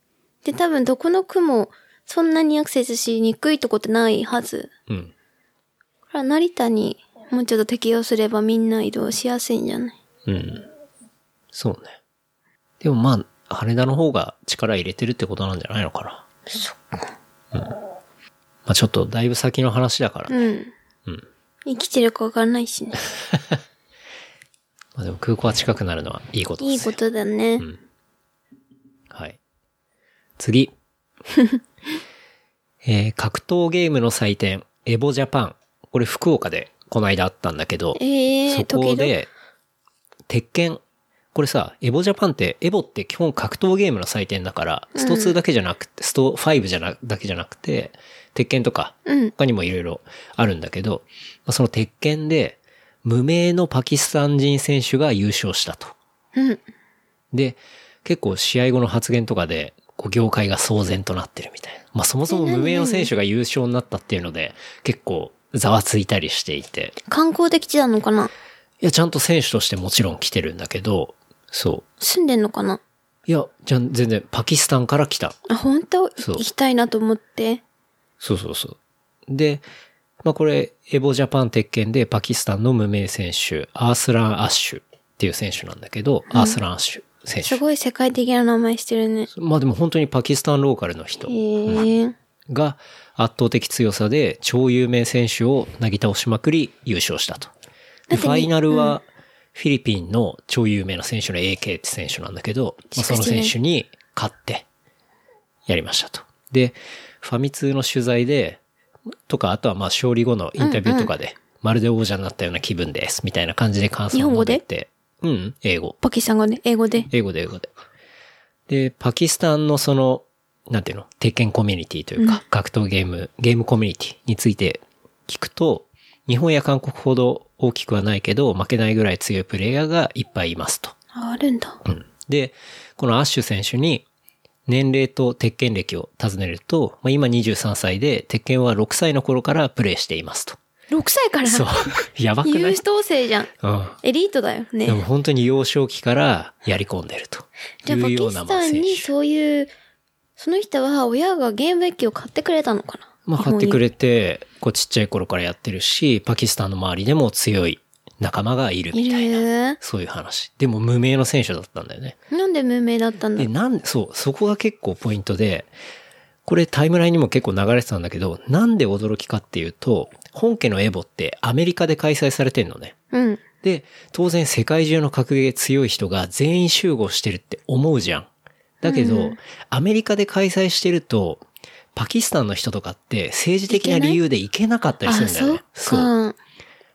で、多分どこの区もそんなにアクセスしにくいとこってないはず。
うん。
だから成田にもうちょっと適用すればみんな移動しやすいんじゃない
うん。そうね。でもまあ、羽田の方が力入れてるってことなんじゃないのかな。そっか。うん。まあちょっとだいぶ先の話だから、
うん。生きてるかわかんないしね。
まあでも空港は近くなるのはいいことですよ。
いいことだね。
はい。次。 えー格闘ゲームの祭典、エボジャパン。これ福岡でこの間あったんだけど、
ええー、
そこ
時々。
で、鉄拳。これさ、エボジャパンって、エボって基本格闘ゲームの祭典だから、スト2だけじゃなくて、スト5じゃな、だけじゃなくて、鉄拳とか、
うん。
他にもいろいろあるんだけど、まあその鉄拳で、無名のパキスタン人選手が優勝したと。
うん。
で、結構試合後の発言とかで、こう業界が騒然となってるみたいな。まあそもそも無名の選手が優勝になったっていうので、結構ざわついたりしていて。
観光で来てたのかない
や、ちゃんと選手としてもちろん来てるんだけど、そ
住んでんのかな
う。いや、じゃん全然パキスタンから来た。
あ、本当い
そう
行きたいなと思って。
そうそうそう。で、まあこれ、エボジャパン鉄拳でパキスタンの無名選手、アースラン・アッシュっていう選手なんだけど、アースラン・アッシュ選
す
手。
ごい世界的な名前してるね。
まあでも本当にパキスタンローカルの人。
へえ。
が圧倒的強さで超有名選手をなぎ倒しまくり優勝したと。でファイナルはフィリピンの超有名な選手の AK って選手なんだけど、まあ、その選手に勝ってやりましたと。で、ファミ通の取材で、とか、あとはまあ勝利後のインタビューとかで、まるで王者になったような気分です、みたいな感じで感想を述べて。うん、英語。
パキさんがね、英語で。
英語で英語で。で、パキスタンのその、なんていうの、鉄拳コミュニティというか、格闘ゲーム、ゲームコミュニティについて聞くと、日本や韓国ほど大きくはないけど、負けないぐらい強いプレイヤーがいっぱいいますと。
あ、あるんだ。
うんで、このアッシュ選手に、年齢と鉄拳歴を尋ねると、まあ、今23歳で、鉄拳は6歳の頃からプレイしています と。
6歳から
そう。やばくな
有
い
志統制じゃん。
うん。
エリートだよね
で。も本当に幼少期からやり込んでると。
じゃあパ
いう
キ
ような
ス
まあ
タン
選手
にそういう、その人は親がゲーム機を買ってくれたのかな
まあ、買ってく
れ。
れて、こうちっちゃい頃からやってるし、パキスタンの周りでも強い仲間がいるみ
い
たいな。
る
そういう話。でも無名の選手だったんだよね。
なんで無名だったんだ
で、なんで、そう、そこが結構ポイントで、これタイムラインにも結構流れてたんだけど、なんで驚きかっていうと、本家のエボってアメリカで開催されてんのね。
うん。
で、当然世界中の格ゲー強い人が全員集合してるって思うじゃん。だけど、アメリカで開催してると、パキスタンの人とかって政治的な理由で行けなかったり
あ、
するんだよ
そっ
ね。う。
か。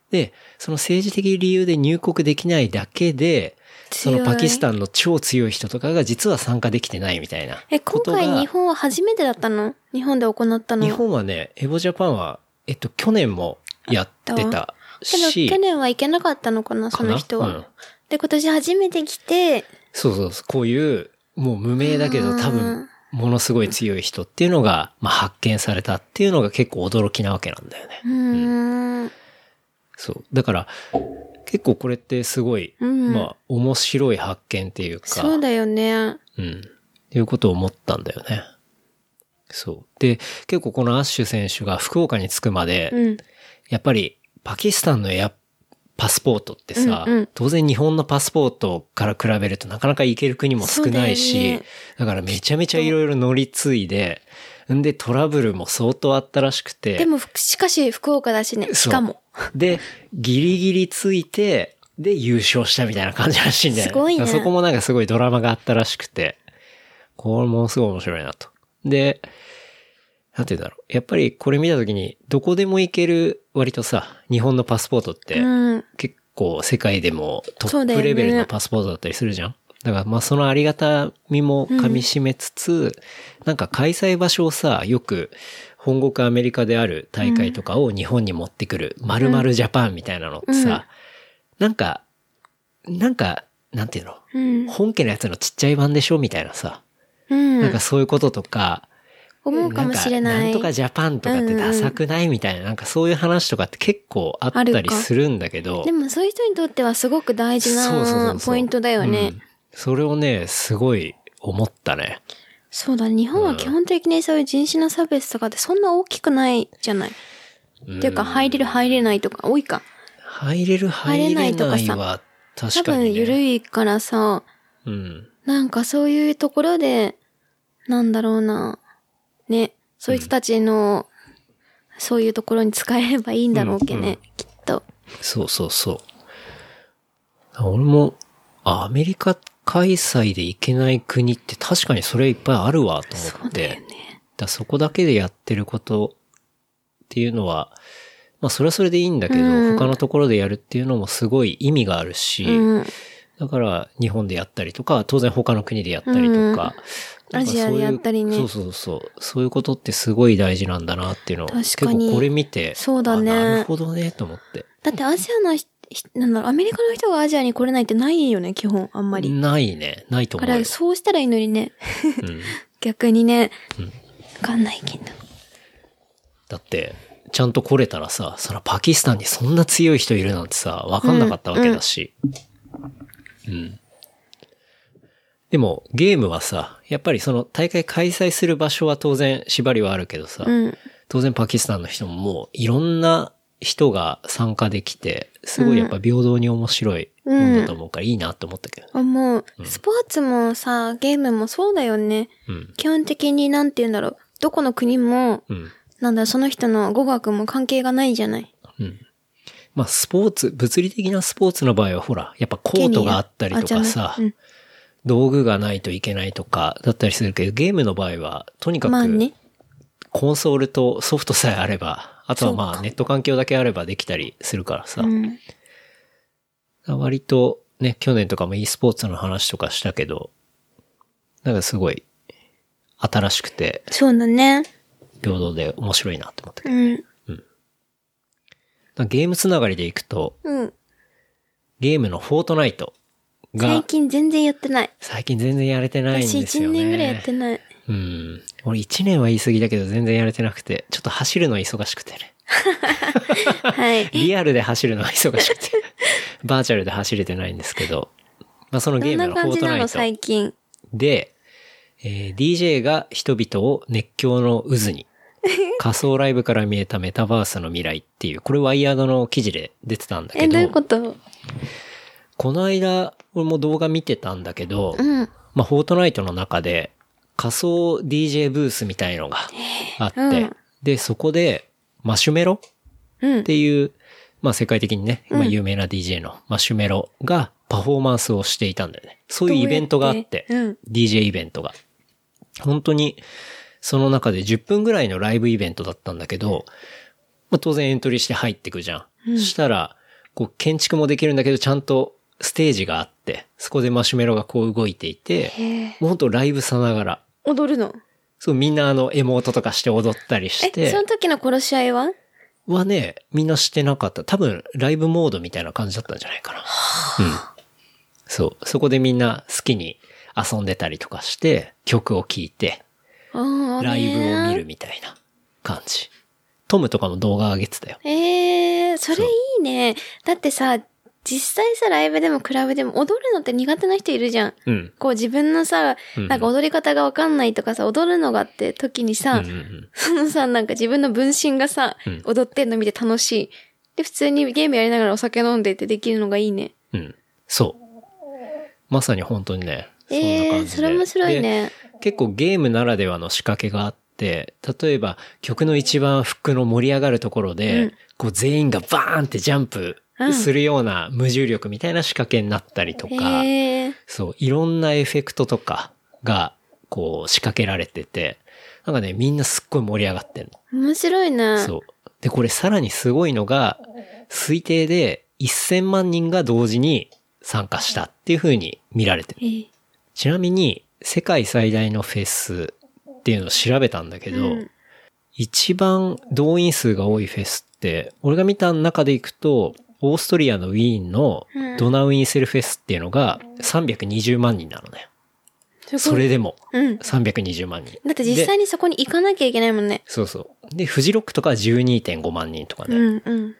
で、その政治的理由で入国できないだけで、そのパキス
ン。
タンの超強い人とかが実は参加できてないみたいな
え、
こ
今
とが。
回日本は初めてだったの日本で行ったのは
日本はね、エボジャパンは、えっと、去年もやってた
けど
し、
去年は行けなかったのかなその人は、
かなうん
で、今年初めて来て、
そうそうそう、こういう、もう無名だけど多分、ものすごい強い人っていうのが、まあ、発見されたっていうのが結構驚きなわけなんだよね
う。ーん。
そう。だから、結構これってすごい、
うん
まあ、面白い発見っていうか、
そうだよね。
うん。っていうことを思ったんだよね。そう。で、結構このアッシュ選手が福岡に着くまで、
うん。
やっぱりパキスタンのエアパスポートってさ、
うんうん
当然日本のパスポートから比べるとなかなか行ける国も少ない
そうだ
し、
よ
だ
ね
からめちゃめちゃいろいろ乗り継いで、んでトラブルも相当あったらしくて、
でも、ふしかし、福岡だしね。
そ
し
う
かも。
で、ギリギリついて、で優勝したみたいな感じらしいんだよね。
すごいね
だからそこもなんかすごいドラマがあったらしくて、これものすごい面白いなと。で、なんて言うんだろう。やっぱりこれ見たときに、どこでも行ける、割とさ、日本のパスポートって、
うん。
結構世界でもト
そうだ
ッ
よ
プ
ね
レベルのパスポートだったりするじゃん。だからまあそのありがたみも噛み締めつつ、なんか開催場所をさ、よく本国アメリカである大会とかを日本に持ってくる〇〇ジャパンみたいなのってさ、なんか、なんか、なんていうの
うん。
本家のやつのちっちゃい版でしょみたいなさ、
うん。
なんかそういうこととか、
思うかもしれ
ん
な
か
い。
んとかジャパンとかってダサくないみたいな、なんかそういう話とかって結構あった
ある
り
か
するんだけど。
でも、そういう人にとってはすごく大事なポイントだよ
う
ね
ん。それをね、すごい思ったね。
そうだ、日本は基本的にそういう人種の差別とかってそんな大きくないじゃない。っていうか、入れる入れないとか多いか。
入れる入れないは確
多
かに、ね。
分緩いからさ、
うん。
なんかそういうところで、なんだろうな。ね。そういう人たちの、そういうところに使えればいいんだろうけね。きっと。
そうそうそう。俺も、あアメリカ開催で行けない国って確かにそれいっぱいあるわと思って。そだそこだけでやってることっていうのは、まあそれはそれでいいんだけど、
うん
他のところでやるっていうのもすごい意味があるし、
うん。
だから日本でやったりとか、当然他の国でやったりとか、
うん
なんか
アジアでやったりね
そういうそうそうそう。そういうことってすごい大事なんだなっていうのを、
確
結
かに
構これ見て、
そうだね
あなるほどね、と思って。
だってアジアのひ、ひなんだろう、アメリカの人がアジアに来れないってないよね、基本、あんまり。
ないね。ないと
だか
思うよ
ら、。そうしたらいいのにね。
うん
逆にね。わかんないけど。
だって、ちゃんと来れたらさ、そらパキスタンにそんな強い人いるなんてさ、わかんなかったわけだし。うん。でも、ゲームはさ、やっぱりその大会開催する場所は当然縛りはあるけどさ、
うん。
当然パキスタンの人ももういろんな人が参加できて、すごいやっぱ平等に面白いもんだと思うからいいなと思ったけど。
思う。スポーツもさ、ゲームもそうだよね。
うん。
基本的になんて言うんだろう。どこの国も、
うん。
なんだろう、その人の語学も関係がないじゃない。
うん。まあスポーツ、物理的なスポーツの場合はほら、やっぱコートがあったりとかさ、
ケニアあじゃないうん
道具がないといけないとかだったりするけど、ゲームの場合は、とにか
まあ
く
ね、
コンソールとソフトさえあれば、あとは
そう
まあ
か
ネット環境だけあればできたりするからさ、
うん。
割とね、去年とかも e スポーツの話とかしたけど、なんかすごい新しくて
そうだね。
平等で面白いなって思ったけ
う
ど、な
ん。
んかゲームつながりでいくと、
うん。
ゲームのフォートナイト
最
が
近全然やってない。
最近全然やれてないんです
私
よね。
1年ぐらいやっ てない。
うん。俺1年は言い過ぎだけど全然やれてなくて、ちょっと走るの忙しくてね。
はい。
リアルで走るのは忙しくて、 バーチャルで走れてないんですけど、まあそのゲ
ど
ーム
んな
のフ
感
ォー
じ
ト
な
ナイ
の
ト
最近。
で、えー DJ が人々を熱狂の渦 に、仮想ライブから見えたメタバースの未来っていう、これワイヤードの記事で出てたんだけ
え、
ど、
どういうこと
この間、俺も動画見てたんだけど、
うん。
まあ、フォートナイトの中で仮想 DJ ブースみたいのがあって、
うん
で、そこでマシュメロ
うん
っ。ていう、まあ、世界的にね、
う
今
ん
有名な DJ のマシュメロがパフォーマンスをしていたんだよね。そういうイベントがあって、
どうやって
DJ イベントが。本当に、その中で10分ぐらいのライブイベントだったんだけど、まあ、当然エントリーして入ってくじゃん。
うん
したら、こう建築もできるんだけど、ちゃんとステージがあって、そこでマシュメロがこう動いていて、
へえ。
もうほんとライブさながら。
踊るの
そう、みんなあの、エモートとかして踊ったりし
え、
て
その、時の殺し合いは
はね、みんなしてなかった。多分、ライブモードみたいな感じだったんじゃないかな。うん。そう、そこでみんな好きに遊んでたりとかして、曲を聴いて、
ああ、
ライブを見る
ね
みたいな感じ。トムとかも動画上げてたよ。
ええー、それいいね。だってさ、実際さ、ライブでもクラブでも踊るのって苦手な人いるじゃん。
うん。
こう自分のさ、
うん
なんか踊り方がわかんないとかさ、踊るのがって時
う
に
ん
さ、
うんうん
そのさ、なんか自分の分身がさ、
うん
踊ってんの見て楽しい。で、普通にゲームやりながらお酒飲んでってできるのがいいね。
うん。そう。まさに本当にね、そんな感じで。
ええー、それ面白いね。
結構ゲームならではの仕掛けがあって、例えば曲の一番フックの盛り上がるところで、
うん
こう全員がバーンってジャンプ
うん
するような無重力みたいな仕掛けになったりとか、
ええー、
そう、いろんなエフェクトとかがこう仕掛けられてて、なんかね、みんなすっごい盛り上がってんの。
面白いね。
そう。で、これさらにすごいのが、推定で1000万人が同時に参加したっていう風に見られてる
えー
ちなみに、世界最大のフェスっていうのを調べたんだけど、
うん
一番動員数が多いフェスって、俺が見た中でいくと、オーストリアのウィーンの
うん
ドナウインセルフェスっていうのが320万人なのね。
す
そ
ごい
れでも
うん。
320万人。
だって実際
で
にそこに行かなきゃいけないもんね。
そうそう。で、フジロックとかは12.5万人とか
う
ね。
んうん。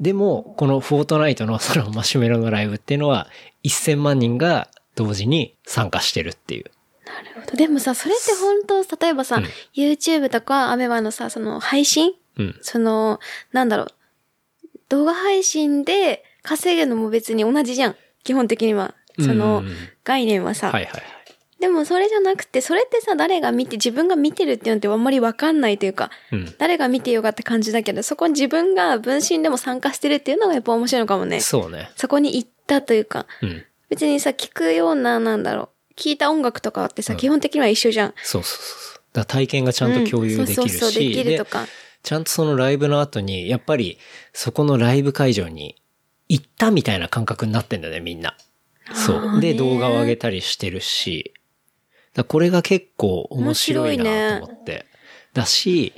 でも、このフォートナイトのそのマシュメロのライブっていうのは、1000万人が同時に参加してるっていう。
なるほど。でもさ、それって本当、例えばさ、
うん
YouTube とか、アメバのさ、その配信
うん。
その、なんだろう。動画配信で稼ぐのも別に同じじゃん。基本的には。その
うん、
概念はさ。
はいはいはい。
でもそれじゃなくて、それってさ、誰が見て、自分が見てるっていうのってあんまりわかんないというか、
うん。
誰が見てよかって感じだけど、そこに自分が分身でも参加してるっていうのがやっぱ面白いのかもね。
そうね。
そこに行ったというか、
うん。
別にさ、聞くような、なんだろう。聞いた音楽とかってさ、
うん
基本的には一緒じゃん。
そうそうそうそう。だから体験がちゃんと共有できる
うんそうそうそう、
し、
できるとか。
ちゃんとそのライブの後に、やっぱりそこのライブ会場に行ったみたいな感覚になってんだよね、みんな。そう。で、
ね
動画を上げたりしてるし、だからこれが結構面白いなと思って。だし、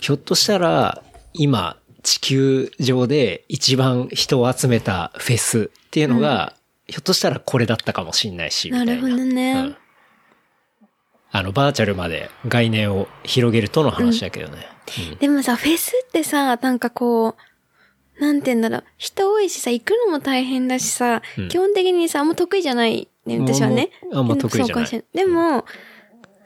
ひょっとしたら、今、地球上で一番人を集めたフェスっていうのが、ひょっとしたらこれだったかもしんないし、みた
ない
な。
るほどね。
うんあの、バーチャルまで概念を広げるとの話だけどね。うん
でもさ、フェスってさ、なんかこう、なんて言うんだろう。人多いしさ、行くのも大変だしさ、
うん
基本的にさ、あんま得意じゃないね、私はね。
あんま得意じゃない
そうかもしれでも、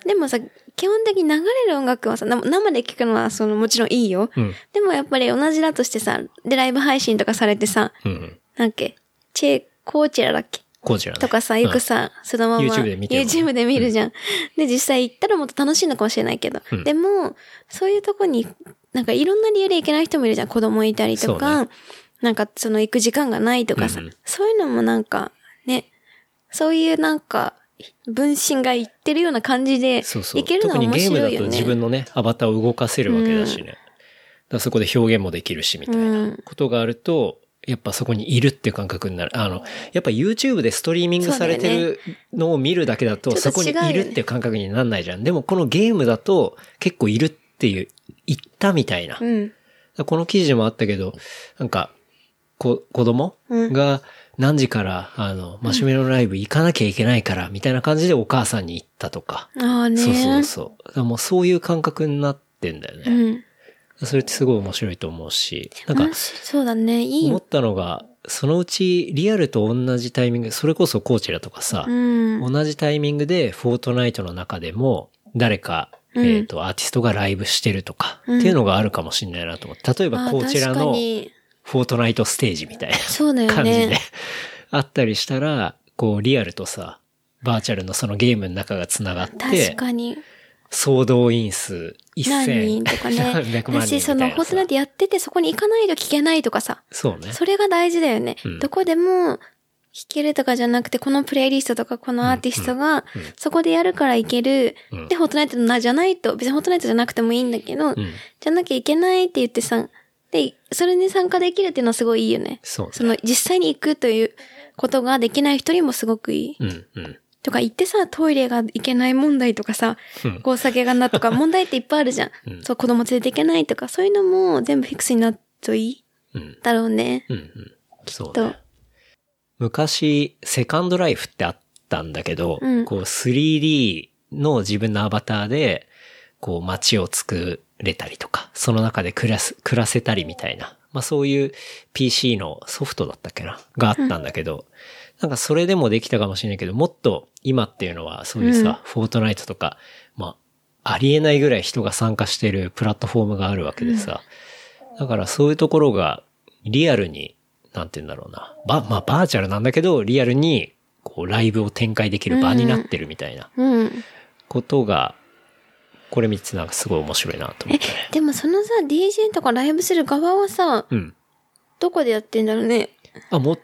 でもさ、基本的に流れる音楽はさ、な生で聴くのはそのもちろんいいよ。
うん。
でもやっぱり同じだとしてさ、で、ライブ配信とかされてさ、
うん。
なんだっけ、チェ、コーチェラだっけ
こちらね。
とかさ、よくさ、そのまま
YouTube で見てるもん
YouTube で見るじゃん。で、実際行ったらもっと楽しいのかもしれないけど。
うん
でも、そういうとこに、なんかいろんな理由で行けない人もいるじゃん。子供いたりと
そ
か、なんかその行く時間がないとかさ、
うんうん
そういうのもなんか、ね、そういうなんか、分身が行ってるような感じで、
そうそう。
行けるのは
特に
面
ゲーム
白
だ
いよ
と
ね。
自分のね、アバターを動かせるわけだしね。だからそこで表現もできるし、みたいなことがあると、やっぱそこにいるっていう感覚になる。あの、やっぱ YouTube でストリーミングされてるのを見るだけだと、
ちょ
そ
っと
こ
違う
に
よね
いるっていう感覚になんないじゃん。でもこのゲームだと、結構いるっていう、行ったみたいな。
うん。
この記事もあったけど、なんか、こ子供
うん
が何時から、あの、マシュメロライブ行かなきゃいけないから、みたいな感じでお母さんに行ったとか。
ああね。
そうそうそう。だからもうそういう感覚になってんだよ
う
ね。
ん。
それってすごい面白いと思うし、なん
なん
か
か、そうだね。いい
思。ったのが、そのうちリアルと同じタイミング、それこそコーチェラとかさ
う、ん。
同じタイミングでフォートナイトの中でも、誰か、
うん
えっと、アーティストがライブしてるとか、って
うん
いうのがあるかもしれないなと思って、例え
あ
ば
ー
コーチェラ
確か
の、
に
フォートナイトステージみたい
そうだよ
な
ね。
感じで、あったりしたら、こうリアルとさ、バーチャルのそのゲームの中が繋がって
確、かに。
総動員数1000
何人とかね。
何 百万
だ
人み
し、
た
そ
いな
の、
さ
ホスナってやっててそこに行かないと聞けないとかさ。
そうね。
それが大事だよね。
うん
どこでも聞けるとかじゃなくて、このプレイリストとかこのアーティストが
うんうんうん、
そこでやるから行ける。
うん
で、ホットナイトのな、じゃないと、別にホットナイトじゃなくてもいいんだけ
う
ど、
ん。
じゃなきゃいけないって言ってさ、で、それに参加できるっていうのはすごいいいよね。
そうね
その、実際に行くということができない人にもすごくいい。
うん、うん。
とか行ってさ、トイレが行けない問題とかさ
うん、
こう酒がな とか問題っていっぱいあるじゃん。
うん
そう、子供連れていけないとか、そういうのも全部フィックスになるといい
うん、
だろうね。
うん、うん。そう
と
ね。。昔、セカンドライフってあったんだけど、
うん
こう 3D の自分のアバターで、こう街を作れたりとか、その中で暮らす、暮らせたりみたいな。まあそういう PC のソフトだったっけながあったんだけど、なんかそれでもできたかもしれないけど、もっと今っていうのはそういうさ、フォートナイトとか、まあありえないぐらい人が参加してるプラットフォームがあるわけでさ、だからそういうところがリアルに、なんて言うんだろうな。ば、まあバーチャルなんだけど、リアルにこうライブを展開できる場になってるみたいな
うん。
ことが、これ見てなんかすごい面白いなと思
え
ったね。、
でもそのさ、DJ とかライブする側はさ、
うん。
どこでやってんだろうね。
あ、もう、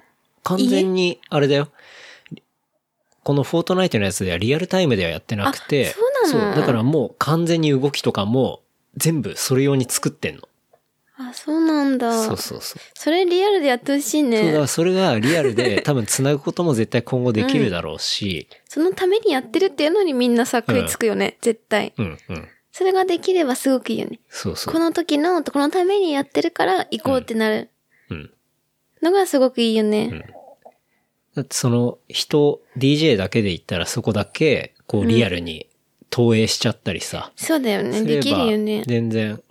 完全に、あれだよ。このフォートナイトのやつではリアルタイムではやってなくて、
あそうなの
だからもう完全に動きとかも全部それ用に作ってんの。
あ、そうなんだ。
そうそうそう。
それリアルでやってほしい
そうだか
ね
ら。それがリアルで多分繋ぐことも絶対今後できるだろうし、
そのためにやってるっていうのにみんなさ、食いつくよね。絶対。
うんうん。
それができればすごくいいよね。
そうそ
こ
う。
の時の、このためにやってるから行こうってなる
うん。
のがすごくいいよね。
だってその人、DJ だけで言ったらそこだけ、こうリアルに投影しちゃったりさ、
そうだよね。
すれ
できる
ば
よね。
全然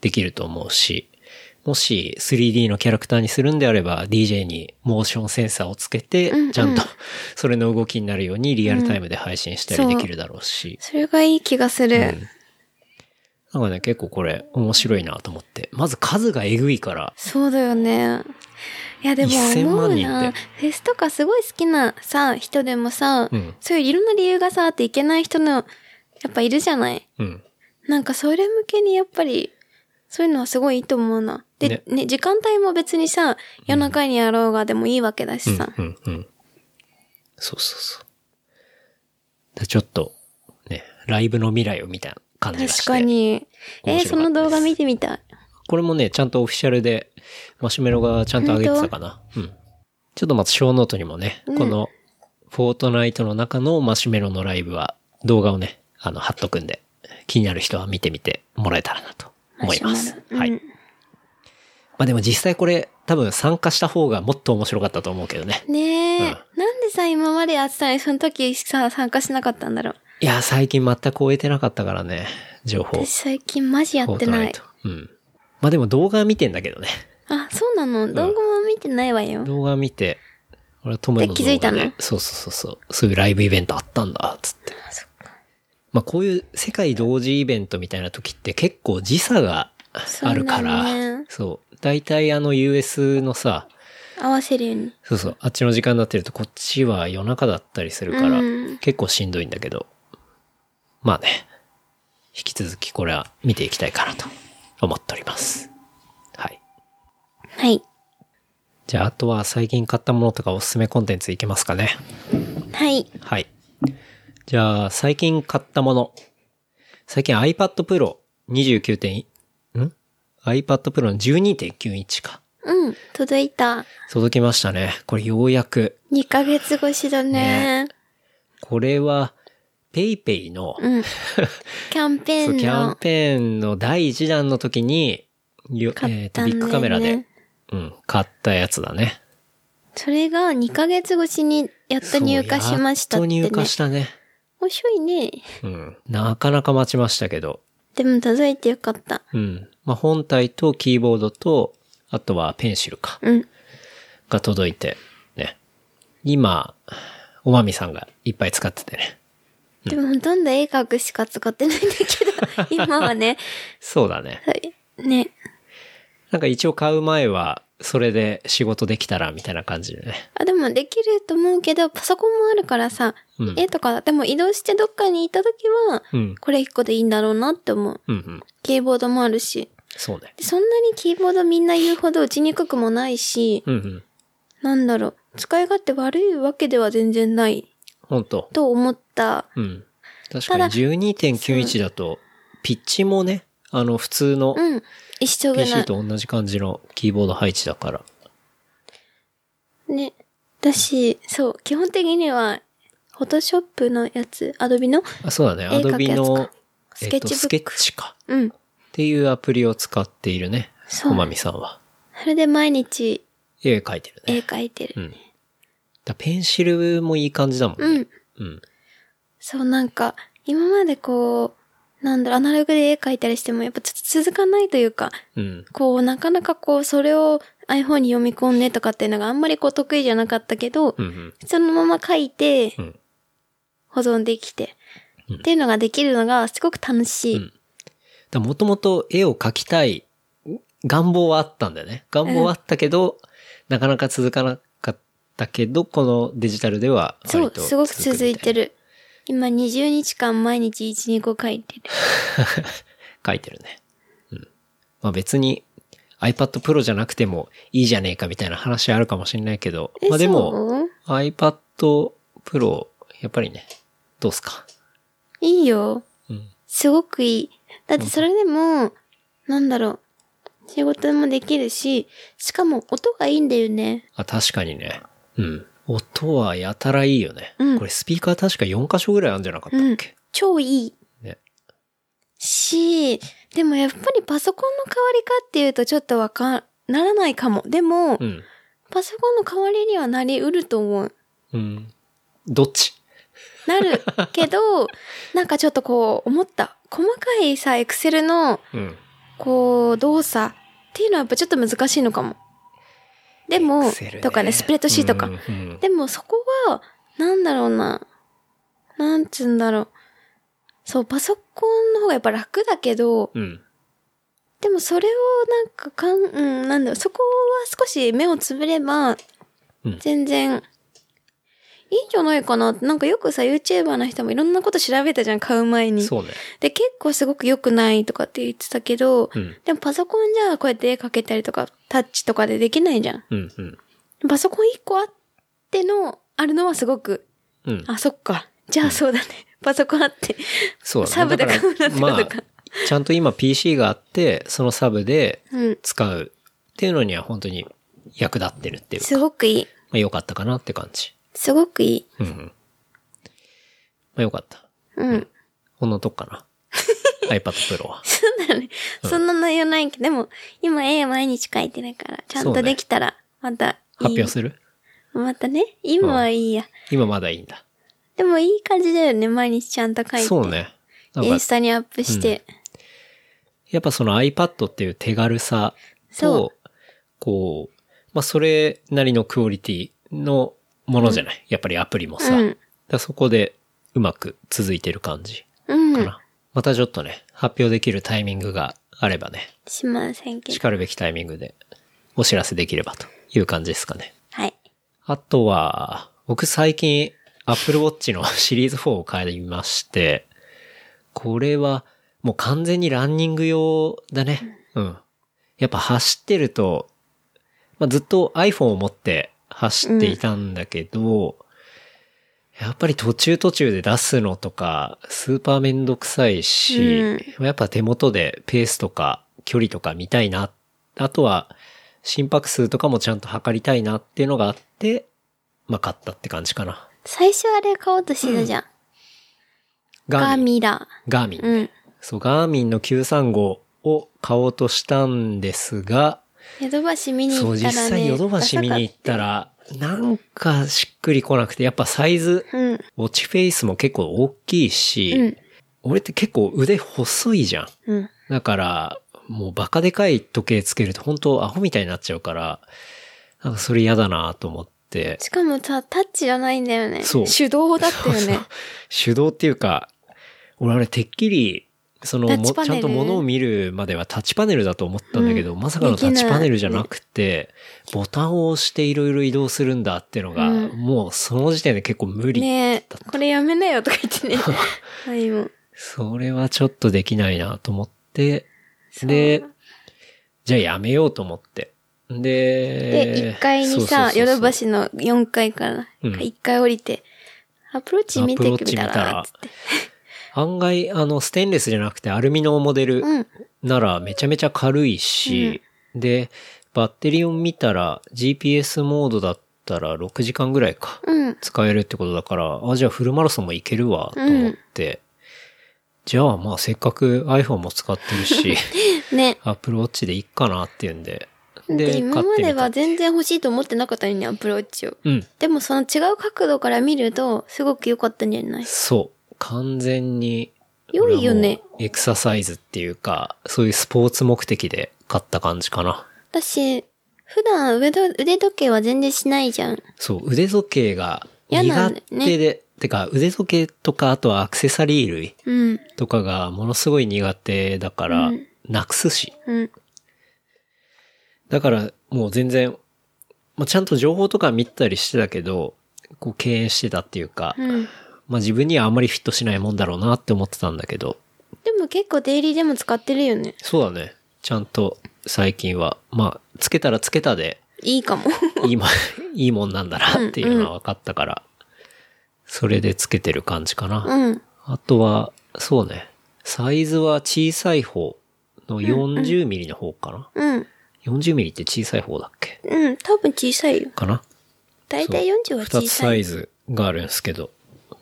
できると思うし、もし 3D のキャラクターにするんであれば DJ にモーションセンサーをつけ
うんう
て
ん
ちゃんと それの動きになるようにリアルタイムで配信したりできるだろうし、
それがいい気がする。
なんかね結構これ面白いなと思ってまず数がえぐいから
そうだよね。いやでも
1000
思う
万人
な。
って
フェスとかすごい好きなさ、人でもさ、
うん
そういういろんな理由がさ、あっていけない人の、やっぱいるじゃない。
うん
なんかそれ向けにやっぱり、そういうのはすごいいいと思うな。で、ね
ね、
時間帯も別にさ、夜中にやろうがでもいいわけだしさ。
うんうんうん。そうそうそう。でちょっと、ね、ライブの未来を見た感じがして。
確か。に。え
面白かったで
ー
す
その動画見てみたい。
これもね、ちゃんとオフィシャルで、マシュメロがちゃんと上げてたかな。うん。ちょっとまず、小ノートにもね、この、フォートナイトの中のマシュメロのライブは、動画をね、あの、貼っとくんで、気になる人は見てみてもらえたらなと思います
マシュ。マロ
は
う
い。
ん
まあでも実際これ、多分参加した方がもっと面白かったと思うけどね。
ねえ、
うん
なんでさ、今までやってたのにその時さ、参加しなかったんだろう。
いや、最近全く終えてなかったからね、情報。
私最近マジやって
フォ
な
ートナ
い。
イトうん。まあでも動画見てんだけどね。
あ、そうなの動画も見てないわよ。
動画見て、俺は友也の動画で
で気づいたの
そうそうそうそう。そういうライブイベントあったんだ、つって。
そっ
まあこういう世界同時イベントみたいな時って結構時差があるから、
そう
そう,、
だね
大体あの US のさ、
合わせるように。
そうそう、あっちの時間になってるとこっちは夜中だったりするから、
うん
結構しんどいんだけど、まあね、引き続きこれは見ていきたいかなと思っております。はい。
はい。
じゃあ、あとは最近買ったものとかおすすめコンテンツいけますかね。
はい。
はい。じゃあ、最近買ったもの。最近 iPad Pro 29. 点、ん ?iPad Pro の12.9インチか。
うん。届いた。
届きましたね。これようやく。
2ヶ月越しだね。
これは、PayPay の、
うん。キャンペー
そう
ン
キャン
の。
ペーンの第1弾の時に、よ
買
えー
っ
と
たんだよね
ビッグカメラで、うん、買ったやつだね。
それが2ヶ月越しにやっと入荷しましたっ
そ
て
うや
ね
っと。入荷したね。
おしょいね。
うん。なかなか待ちましたけど。
でも届いてよかった。
うん。まあ、本体とキーボードと、あとはペンシルか、
うん。
が届いて、ね。今、おまみさんがいっぱい使っててね。
でもほとんど絵描くしか使ってないんだけ ど、今はね。
そうだね。
はいね。
なんか一応買う前は、それで仕事できたら、みたいな感じでね。
あ、でもできると思うけど、パソコンもあるからさ、
うん
絵とか、でも移動してどっかに行った時は、
うん。
これ一個でいいんだろうなって思う。
うんうん。
キーボードもあるし。
そうね
で。そんなにキーボードみんな言うほど打ちにくくもないし、
うんうん。
なんだろう、使い勝手悪いわけでは全然ない
本当
と思った。
うん。確か
た
に
だ
12.91だと、ピッチもね、あの、普通の
うん。一緒ぐら
PC
い。
と同じ感じのキーボード配置だから。
ね。だし、そう、基本的には、フォトショップのやつ、アドビの
あそうだね。
絵描く
Adobe
やつか
の、
スケ
え
ッチブック
っとスケッチか。
うん。
っていうアプリを使っているね。
そう
おまみさんは。
それで毎日
絵描いてる
絵
ね。
描いてる。
うん。だペンシルもいい感じだもん
う
ね。
ん。
うん。
そう、なんか、今までこう、なんだろう、アナログで絵描いたりしても、やっぱちょっと続かないというか、
うん。
こう、なかなかこう、それを iPhone に読み込んでとかっていうのがあんまりこう、得意じゃなかったけど、
うんうん。
そのまま書いて
うん、
保存できて、
うん
っていうのができるのがすごく楽しい。
うんだもともと絵を描きたい願望はあったんだよね。願望はあったけど、なかなか続かなかったけど、このデジタルでは
そ
割
う、
と
すごく続いて
る。
る。今20日間毎日1、2個書いてる。
描いてるね。うん。まあ別に iPad Pro じゃなくてもいいじゃねえかみたいな話あるかもしれないけど、
え
まあでも
そう
iPad Pro、やっぱりね、どうっすか。
いいよ。
うん。
すごくいい。だってそれでも、なんだろう。仕事もできるし、しかも音がいいんだよね。
あ、確かにね。うん。音はやたらいいよね。
うん
これスピーカー確か4箇所ぐらいあるんじゃなかったっけ、
超いい。
ね。
し、でもやっぱりパソコンの代わりかっていうとちょっとわか、ならないかも。でも、
うん。
パソコンの代わりにはなりうると思う。
うん。どっち
なるけど、なんかちょっとこう思った。細かいさ、エクセルの、
うん。
こう、動作っていうのはやっぱちょっと難しいのかも。でも、
Excel
とかね、スプレッドシートか。
うんうん
でもそこは、なんだろうな。なんつうんだろう。そう、パソコンの方がやっぱ楽だけど、
うん。
でもそれをなんかかん、うん、なんだろう、そこは少し目をつぶれば
うん、
全然、いいんじゃないかなって、なんかよくさ、YouTuber の人もいろんなこと調べたじゃん、買う前に。
そうね。
で、結構すごく良くないとかって言ってたけど、
うん。
でもパソコンじゃこうやって絵描けたりとか、タッチとかでできないじゃん。
うん。うん。
パソコン一個あっての、あるのはすごく、
うん。
あ、そっか。じゃあそうだね。 パソコンあって。
そうだね。
サブで買う
だ
なって
ら
こ
ま
と
あ
か。、
ちゃんと今 PC があって、そのサブで
うん。
使うっていうのには本当に役立ってるっていうか、
すごくいい。
まあ良かったかなって感じ。
すごくいい。
うんうん。まあ良かった。
うん。
ほんのとこかな。iPad Pro は。
そうだね。そんな内容ないけど、でも、今絵毎日描いてないから、ちゃん
そう
と
ね
できたら、またいい。
発表する
またね、今はいいや。
今まだいいんだ。
でもいい感じだよね、毎日ちゃんと描いて。
そうね。なん
イ
か
ンス、タにアップして。
やっぱその iPad っていう手軽さ
そ
と、こう、まあそれなりのクオリティのものじゃない。やっぱりアプリもさ。
うん
だからそこでうまく続いてる感じ
うん。
かな。またちょっとね、発表できるタイミングがあればね、
しませんけ
し
ど。
かるべきタイミングでお知らせできればという感じですかね。
はい。
あとは、僕最近 Apple Watch の シリーズ4を買いまして、これはもう完全にランニング用だね。うん。やっぱ走ってると、まあ、ずっと iPhone を持って走っていたんだけど、やっぱり途中途中で出すのとか、スーパーめんどくさいし、やっぱ手元でペースとか距離とか見たいな。あとは心拍数とかもちゃんと測りたいなっていうのがあって、まあ買ったって感じかな。
最初あれ買おうとしてたじゃん。ガー
ン。
ミラ
ガーミン。
ー。うん。
そう、ガーミンの935を買おうとしたんですが、
ヨドバシ見に
そ
行
う、
った
実
らね。
際ヨドバシ見に行ったら、なんかしっくりこなくて、やっぱサイズ、
ダサかっ
ウォッチフェイスも結構大きいし、
た。うん。
俺って結構腕細いじゃん。
うん。うん。
だから、もうバカでかい時計つけると本当アホみたいになっちゃうから、なんかそれ嫌だなと思って、
しかもさ、タッチじゃないんだよね。
そう
手動だったよ ね。
そうそう手動っていうか、俺あれてっきり、その、
タッチ
も
パ
ち
ネ
ゃ
ル
んと物を見るまではタッチパネルだと思ったんだけど、
うん
まさかのタッチパネルじゃなくて、ボタンを押していろいろ移動するんだっていうのが、
うん
もうその時点で結構無理。
ねえ、これやめなよとか言 ってね。はい、もう。
それはちょっとできないなと思って、で、じゃあやめようと思って。
で、
で、
1階にさ、ヨドバ
シ
シの4階から、
うん
1階降りて、アプローチ見て
ア
み
プローチ見
た
た
ら、
ら
つって。
案外、あの、ステンレスじゃなくてアルミのモデル
うん。
ならめちゃめちゃ軽いし、で、バッテリーを見たら GPS モードだったら6時間ぐらいか。
うん。
使えるってことだから、あ、じゃあフルマラソンもいけるわ、と思って。じゃあまあせっかく iPhone も使ってる し、
ね。
Apple Watch でいいかなっていうんで。
で、今ま
買
では
ってみた
全然欲しいと思ってなかったのに、アプローチを。
うん。
でもその違う角度から見ると、すごく良かったんじゃない
そう。完全に。
良いよね。
エクササイズっていうか、そういうスポーツ目的で買った感じかな。
私、普段腕時腕時計は全然しないじゃん。
そう、腕時計が
嫌
苦
なんだよね
手で、てか腕時計とか、あとはアクセサリー類
うん。
とかがものすごい苦手だから、
うん
なくすし。
うん。
だからもう全然、まあ、ちゃんと情報とか見たりしてたけど、こう敬遠してたっていうか、
うん。
まあ自分にはあんまりフィットしないもんだろうなって思ってたんだけど、
でも結構デイリーでも使ってるよね。
そうだね。ちゃんと最近は、まあ、つけたらつけた で、
いいかも。
いいもん、いいもんなんだなっていうのは分かったから、それでつけてる感じかな。
うん。
あとは、そうね。サイズは小さい方の40ミリの方かな。
うん。
40ミリって小さい方だっけ
うん。多分小さいよ。
かな。
だいたい40
2
は小
つ
さ
サ
い。
イズがあるんですけど、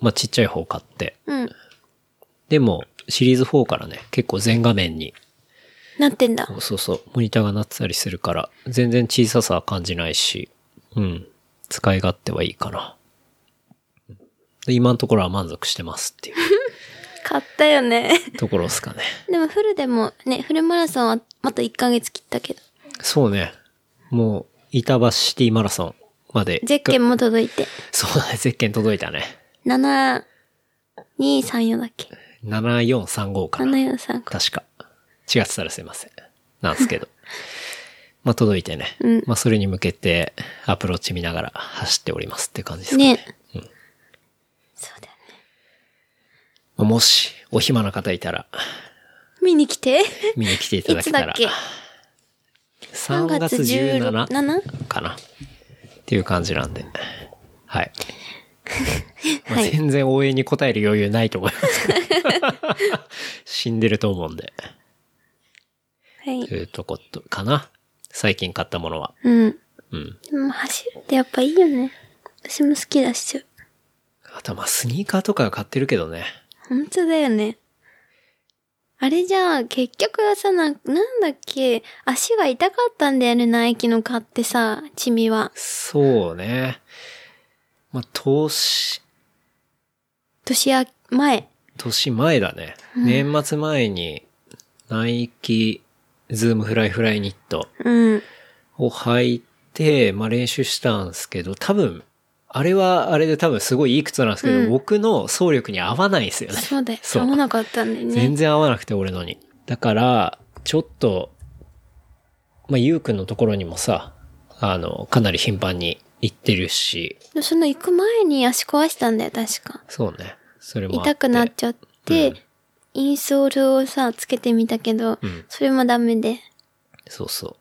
まあちっちゃい方買って。
うん。
でも、シリーズ4からね、結構全画面に、
なってんだ。
そうそう、モニターがなってたりするから、全然小ささは感じないし、うん。使い勝手はいいかな。で今のところは満足してますっていう
買ったよね。
ところですかね。
でもフルでもね、フルマラソンはまた1ヶ月切ったけど。
そうね。もう、板橋シティマラソンまで。
ゼッケンも届いて。
そうだね、ゼッケン届いたね。
7、2、3、4だっけ
7435かな。
?7、4、3、5。
確か。違ってたらすいません。なんですけ ど。まあ、届いてね。
うん
まあ、それに向けて、アプローチ見ながら走っておりますって感じですかね。
ね。そうだよね。
まあもし、お暇な方いたら、
見に来 て。
見に来ていた
い
だ
つ
け
だ
た
っ
ら。
け
3月17
7?
かな。っていう感じなんで。 はい。まあ
はい
全然応援に応える余裕ないと思い ますけど。死んでると思うんで。
はい
と。いうとこと、かな。最近買ったものは。
うん。
うん。
でも走るってやっぱいいよね。私も好きだし。
あとはまあスニーカーとか買ってるけどね。
本当だよね。あれじゃあ、結局はさ、な、なんだっけ、足が痛かったんだよね、ナイキの買ってさ、チミは。
そうね。まあ、年、
年明け前。
年前だね。年末前に、ナイキ、ズームフライフライニット
うん。
を履いて、まあ、練習したんですけど、多分、あれはあれで多分すごいいい靴なんですけど、
うん
僕の走力に合わないんですよね。
そうだよ。
そう
合わなかったんだよ
全
ね。
然合わなくて、俺のに。だから、ちょっと、まあ、ゆうくんのところにもさ、あの、かなり頻繁に行ってるし、
その行く前に足壊したんだよ、確か。
そうね。それもあって。
痛くなっちゃって、
うん
インソールをさ、つけてみたけど、
うん
それもダメで、
そうそ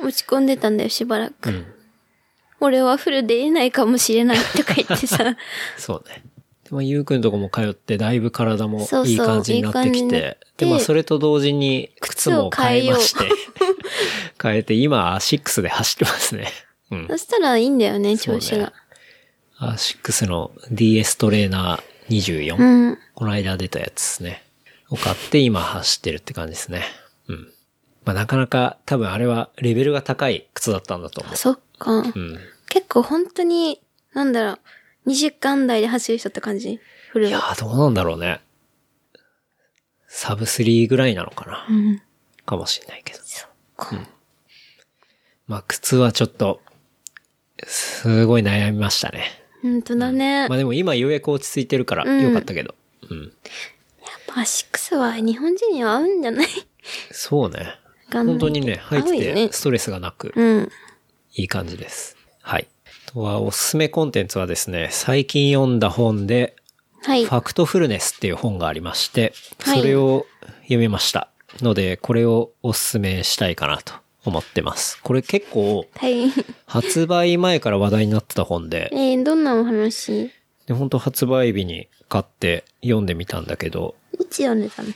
落ち込んでたんだよ、しばら
う。
く。
うん。
俺はフル出れないかもしれないとか言って さ、
そうね。でも、ゆうくんとこも通って、だいぶ体も
そうそう
いい感じになって
いい感じ
き
になって
て、で、まあ、それと同時に、靴も変えまして、 変えて、今、アシックスで走ってますね。うん。
そしたらいいんだよね、調
そ
子
う
が。
ねアシックスの DS トレーナー24。
うん。
この間出たやつですね。を買って今走ってるって感じですね。うん。まあ、なかなか多分あれはレベルが高い靴だったんだと思
そっか。
う。うん。
結構本当に、なんだろう、20巻台で走る人って感じフル
いや
は。
ー、どうなんだろうね。サブ3ぐらいなのかな。
うん。
かもしれないけど。
そっか。
まあ、靴はちょっと、すごい悩みましたね。
本当だね。
まあ
やっ
でも今ようやく落ち着いてるから
うん
よかったけど。うん。
ぱアシックスは日本人には合うんじゃない
そうね。
わかんな い
本
けど
当にね、入って
合うよね
てストレスがなく、
うん。
いい感じです。はい。あとは、おすすめコンテンツはですね、最近読んだ本で、
はい
フ。ァクトフルネスっていう本がありまして、
はい
それを読みました。ので、これをおすすめしたいかなと思ってます。これ結構、
はい。
発売前から話題になってた本で
え、ー、どんなお話
で本当発売日に買って読んでみたんだけど、
いつ読んでたの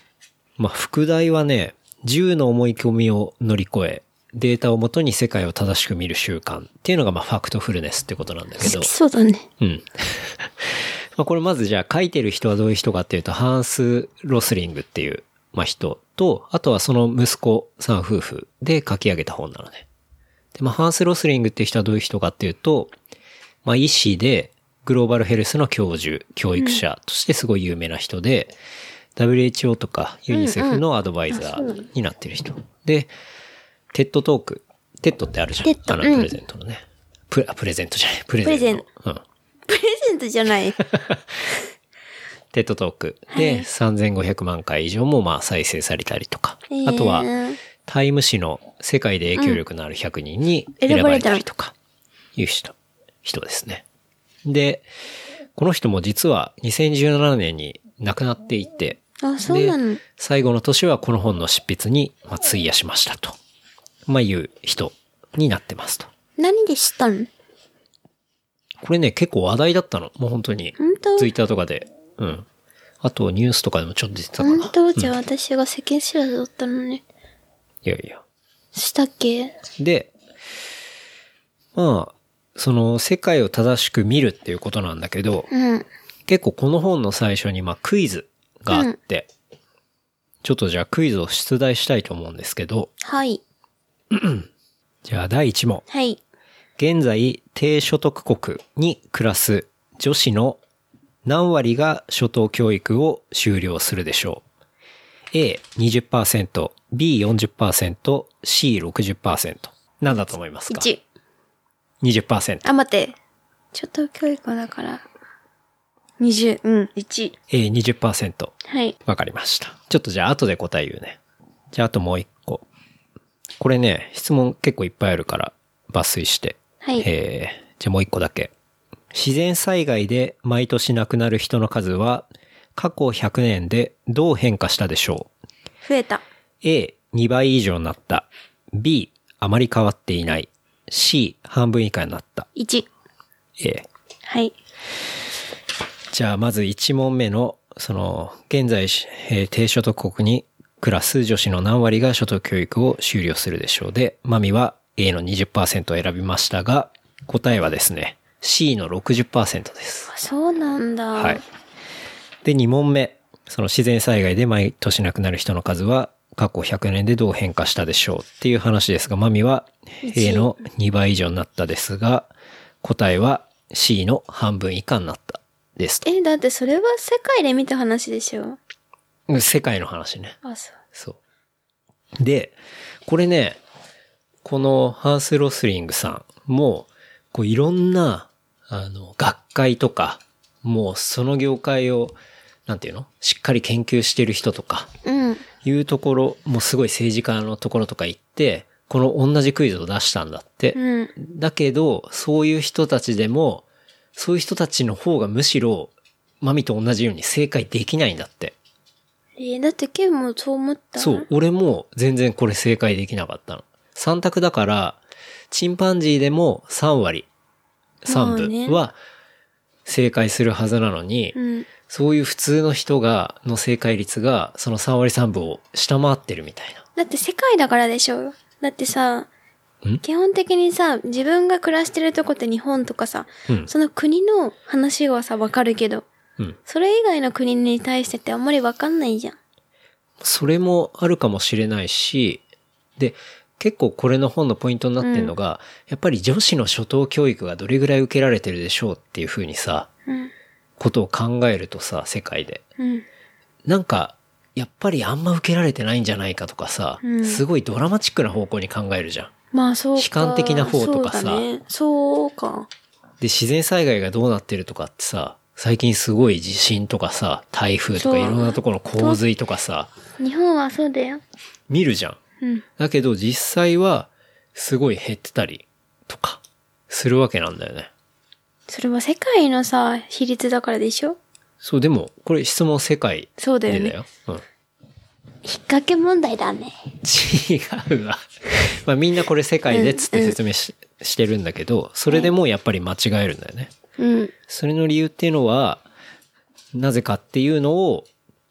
まあ、副題はね、銃の思い込みを乗り越え、データをもとに世界を正しく見る習慣っていうのが、まあ、ファクトフルネスってことなんだけど
好き。そうだね。
うん。 まあこれまずじゃあ書いてる人はどういう人かっていうと、ハンス・ロスリングっていう、まあ、人と、あとはその息子さん夫婦で書き上げた本なのね。で、まあ、ハンス・ロスリングっていう人はどういう人かっていうと、まあ、医師で、グローバルヘルスの教授、教育者としてすごい有名な人で、WHO とかユニセフのアドバイザーになってる人。で、テッドトーク。テッドってあるじゃん。
TED
あの、
うん
プレゼントのね。プレあプレゼントじゃない。プレゼント。
プレゼン
うん。
プレゼントじゃない。
テッドトークで3500万回以上もまあ再生されたりとか、
えー
あとはタイム誌の世界で影響力のある100人に
うん
選ばれたりとか、いう人、人ですね。で、この人も実は2017年に亡くなっていて、
あ、そうなの
で。最後の年はこの本の執筆にまあ費やしましたと、まあいう人になってますと。
何で知ったの
これね、結構話題だったの。もう本当に。
本当
ツイッターとかで。うん。あとニュースとかでもちょっと出てたかな。
本当じゃあ私が世間知らずだったのね。
いやいや。
したっけ
で、まあ、その世界を正しく見るっていうことなんだけど、
うん。
結構この本の最初にまあクイズがあって、ちょっとじゃあクイズを出題したいと思うんですけど、
はい。
じゃあ第1問。
はい。
現在低所得国に暮らす女子の何割が初等教育を修了するでしょう ?A20%、 B40%、C60%。なんだと思いますか
1。
?20%。
あ、待って。初等教育だから。20。うん、1。
えー、20%。
はい。
わかりました。ちょっとじゃあ後で答え言うね。じゃああともう一個。これね、質問結構いっぱいあるから抜粋して。
はい
えーじゃあもう一個だけ。自然災害で毎年亡くなる人の数は過去100年でどう変化したでしょう
増えた。
?A、2倍以上になった。B、あまり変わっていない。C、半分以下になった。
1。
A。
はい。
じゃあまず1問目の、その、現在、えー低所得国に暮らす女子の何割が所得教育を修了するでしょうで、マミは A の20%を選びましたが、答えはですね、C の60%です。
あそうなんだ。
はい。。で、2問目。その自然災害で毎年亡くなる人の数は過去100年でどう変化したでしょうっていう話ですが、マミは A の2倍以上になったですが、答えは C の半分以下になったですと。
え、だってそれは世界で見た話でしょ
世界の話ね。
あ、そう。
そう。で、これね、このハンス・ロスリングさんも、こういろんな、あの、学会とか、もうその業界を、なんていうのしっかり研究してる人とか、
うん。
いうところ、もうすごい政治家のところとか行って、この同じクイズを出したんだって。
うん。
だけど、そういう人たちでも、そういう人たちの方がむしろ、マミと同じように正解できないんだって。
えーだってケンもそう思った
そう。、俺も全然これ正解できなかったの。3択だから、チンパンジーでも3割、
まあ
3
ね
分は正解するはずなのに、
うん。
そういう普通の人が、の正解率が、その3割3分を下回ってるみたいな。
だって世界だからでしょだってさ
ん、
基本的にさ、自分が暮らしてるとこって日本とかさ、
うん
その国の話はさ、わかるけど、
うん。
それ以外の国に対してってあんまりわかんないじゃん。
それもあるかもしれないし、で、結構これの本のポイントになってるのが、やっぱり女子の初等教育がどれぐらい受けられてるでしょうっていうふうにさ、
うん。
ことを考えるとさ、世界で。
うん。
なんか、やっぱりあんま受けられてないんじゃないかとかさ、
うん
すごいドラマチックな方向に考えるじゃん。
まあそうか。
悲観的な方とかさ
そうだね。そうか。
で、自然災害がどうなってるとかってさ、最近すごい地震とかさ、台風と
そう
かいろんなところの洪水とかさ、
日本はそうだよ。
見るじゃん。
うん。
だけど実際は、すごい減ってたりとか、するわけなんだよね。
それは世界のさ、比率だからでしょ
そう、でも、これ質問世界
そうだよ
で
ね。
だよ。うん。
引っ掛け問題だね。
違うわ。 まあみんなこれ世界でっつって説明し,、してるんだけど、それでもやっぱり間違えるんだよね。
うん。
それの理由っていうのは、なぜかっていうのを、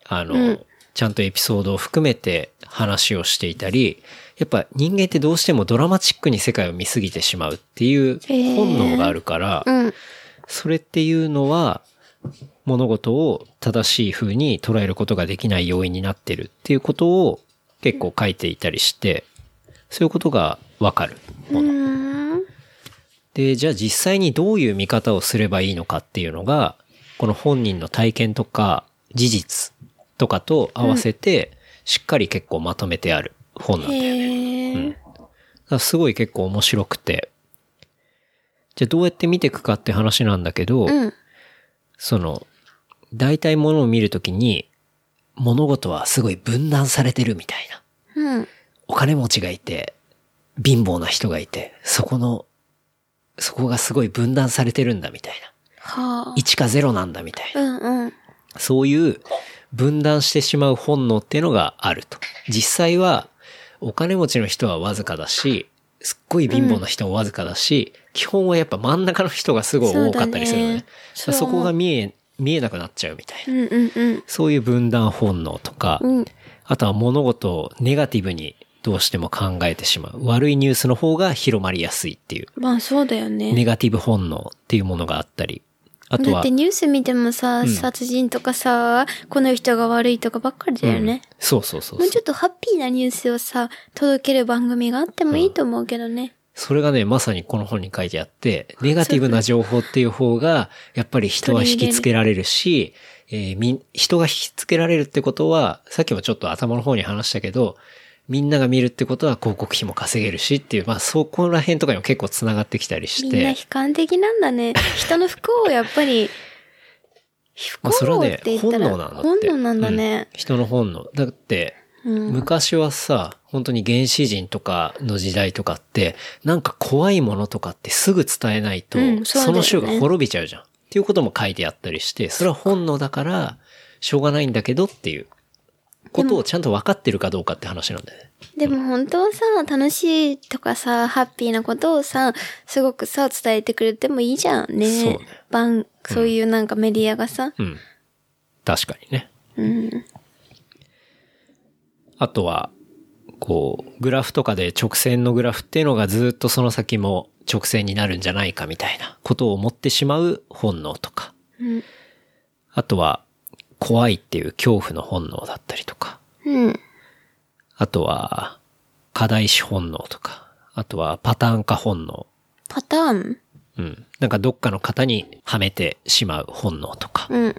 あの、
うん
ちゃんとエピソードを含めて話をしていたり、やっぱ人間ってどうしてもドラマチックに世界を見すぎてしまうっていう
ー
本能があるから、
うん。
それっていうのは、物事を正しい風に捉えることができない要因になってるっていうことを結構書いていたりして、そういうことがわかるもの。
うん。
で、じゃあ実際にどういう見方をすればいいのかっていうのが、この本人の体験とか事実とかと合わせて、しっかり結構まとめてある本なんだよね。
へえ。
だからすごい結構面白くて。じゃあどうやって見ていくかって話なんだけど、
うん。
その、大体ものを見るときに、物事はすごい分断されてるみたいな。
うん。
お金持ちがいて、貧乏な人がいて、そこの、そこがすごい分断されてるんだみたいな。
は
1か0なんだみたい
あ。
な。
うんうん。
そういう分断してしまう本能っていうのがあると。実際は、お金持ちの人はわずかだし、すっごい貧乏な人もわずかだし、基本はやっぱ真ん中の人がすごい多かったりするのね。
そうだねそう
そこが見え、見えなくなっちゃうみたいな。
うんうんうん。
そういう分断本能とか、
うん。
あとは物事をネガティブにどうしても考えてしまう。悪いニュースの方が広まりやすいっていう、
まあそうだよね。
ネガティブ本能っていうものがあったり。あと
だっ
は
て、ニュース見てもさ、
ん
殺人とかさ、この人が悪いとかばっかりだよ
うん
ね。
そうそうそう
も
そう
ちょっとハッピーなニュースをさ、届ける番組があってもいいと思うけどね。
それがね、まさにこの本に書いてあって、ネガティブな情報っていう方が、やっぱり人は引きつけられるし、えーみん人が引きつけられるってことは、さっきもちょっと頭の方に話したけど、みんなが見るってことは広告費も稼げるしっていう、まあそこら辺とかにも結構つながってきたりし
みん
て。
な悲観的なん だね。人の不幸をやっぱり、不
まあそれ
幸
は
って
ね、
言った
本
ら、
能なんだって。
本能なんだね
う。ん人の本能。だって、
うん。
昔はさ、本当に原始人とかの時代とかって、なんか怖いものとかってすぐ伝えないと、
うんそうだ
そ
よ
の
ね
種が滅びちゃうじゃん。っていうことも書いてあったりして、それは本能だから、しょうがないんだけどっていうことをちゃんと分かってるかどうかって話なんだよね。
でも本当はさ、楽しいとかさ、ハッピーなことをさ、すごくさ、伝えてくれてもいいじゃんね。
そうね
バンそういうなんかメディアがさ。
うん。確かにね。
うん。
あとは、こう、グラフとかで直線のグラフっていうのがずっとその先も直線になるんじゃないかみたいなことを思ってしまう本能とか。
うん。
あとは、怖いっていう恐怖の本能だったりとか。
うん。
あとは、課題視本能とか。あとは、パターン化本能。
パターン
うん。なんかどっかの型にはめてしまう本能とか。
うん。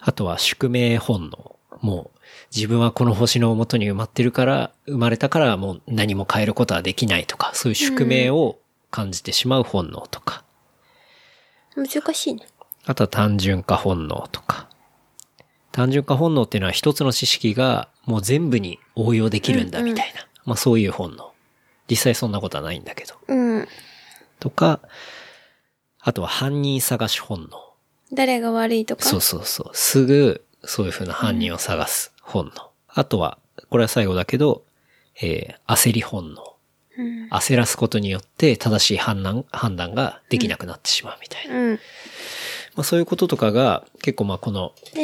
あとは宿命本能。もう自分はこの星の元に埋まってるから、生まれたからもう何も変えることはできないとか、そういう宿命を感じてしまう本能とか、
難しいね。
あとは単純化本能とか。単純化本能っていうのは一つの知識がもう全部に応用できるんだみたいな。まあそういう本能。実際そんなことはないんだけど。
うん。
とか、あとは犯人探し本能。
誰が悪いとか。
そうそうそう。すぐ、そういう風な犯人を探す本能。あとは、これは最後だけど、えー焦り本能。
うん。
焦らすことによって正しい判断、判断ができなくなってしまうみたいな。
うん。
まあそういうこととかが、結構まあこの、
え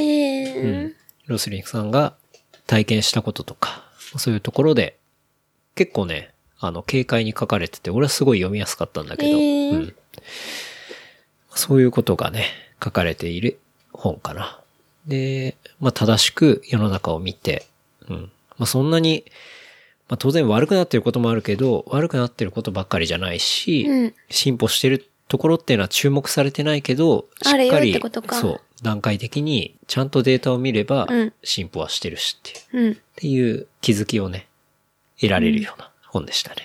え
うん、ロスリンクさんが体験したこととか、そういうところで、結構ね、あの、軽快に書かれてて、俺はすごい読みやすかったんだけど、
えー
うん、そういうことがね、書かれている本かな。で、まあ、正しく世の中を見て、うん。まあ、そんなに、まあ、当然悪くなってることもあるけど、悪くなってることばっかりじゃないし、
うん
進歩してるところっていうのは注目されてないけど、し
あれ
っ
よ
か
っ
り
てこと、か
そう、段階的にちゃんとデータを見れば
うん
進歩はしてるしっていう、っ
うん。
ていう気づきをね、得られるような本でしたね。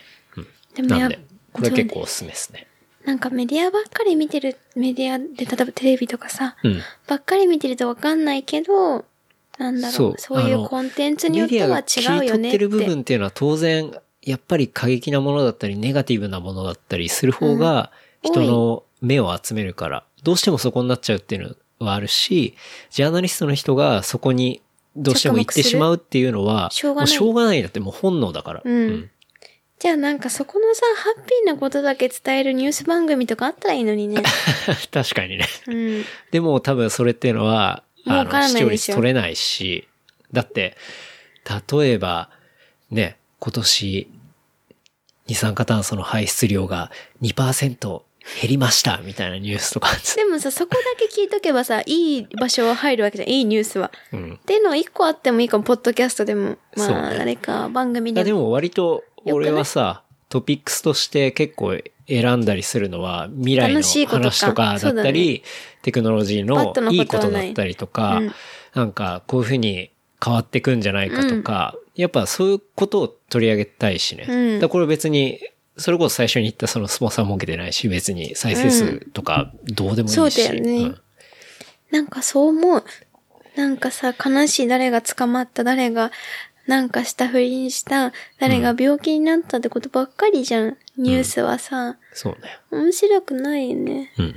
で
うん、
も
な
や
んで、これは結構おすすめですね。
なんかメディアばっかり見てる、メディアで、例えばテレビとかさ、
うん。
ばっかり見てるとわかんないけど、なんだろう、
そ
そううい
あ
う
の
コンテンツによ
メ
っ
ディ
て
ア
は
が切
違う
り
よ
取
ね
っ
ってて。
る部分っていうのは当然、やっぱり過激なものだったり、ネガティブなものだったりする方が、
うん
人の目を集めるから、どうしてもそこになっちゃうっていうのはあるし、ジャーナリストの人がそこにどうしても行ってしまうっていうのは、
着目するしょうが
もうしょうが
ない
ないんだって、もう本能だから。
うんじゃあなんかそこのさ、ハッピーなことだけ伝えるニュース番組とかあったらいいのに ね。
確かにね。
うん。
でも多分それっていうのは、
儲
あ
から
の、視
ない
聴
で
率
しょ
取れないし、だって、例えば、ね、今年、二酸化炭素の排出量が2%減りました、みたいなニュースとか。
でもさ、そこだけ聞いとけばさ、いい場所は入るわけじゃん。いいニュースは。
うん。
っていうのは一個あってもいいかも、ポッドキャストでも。
そう
まあ、
ね
あれか、番組
いや
で
で
も。
も割と、俺はさ、トピックスとして結構選んだりするのは、未来の
楽しいことか
話とかだ
そ
っ
うだ
た
ね
り、テクノロジー
バッド
の
の
いいこ
ことは
と
な
だ
い
ったりとか
うん、
なんかこういうふうに変わってくんじゃないかとか、やっぱそういうことを取り上げたいしね。
うん
だからこれ別に、それこそ最初に言ったそのスポンサー儲けてないし、別に再生数とかどうでもいいし。
そうだよね
うん
なんかそう思う。なんかさ、悲しい誰が捕まった、誰がなんかした不倫した、誰が病気になったってことばっかりじゃん。ニュースはさ、
そうだよ。
面白くないよね。
うん。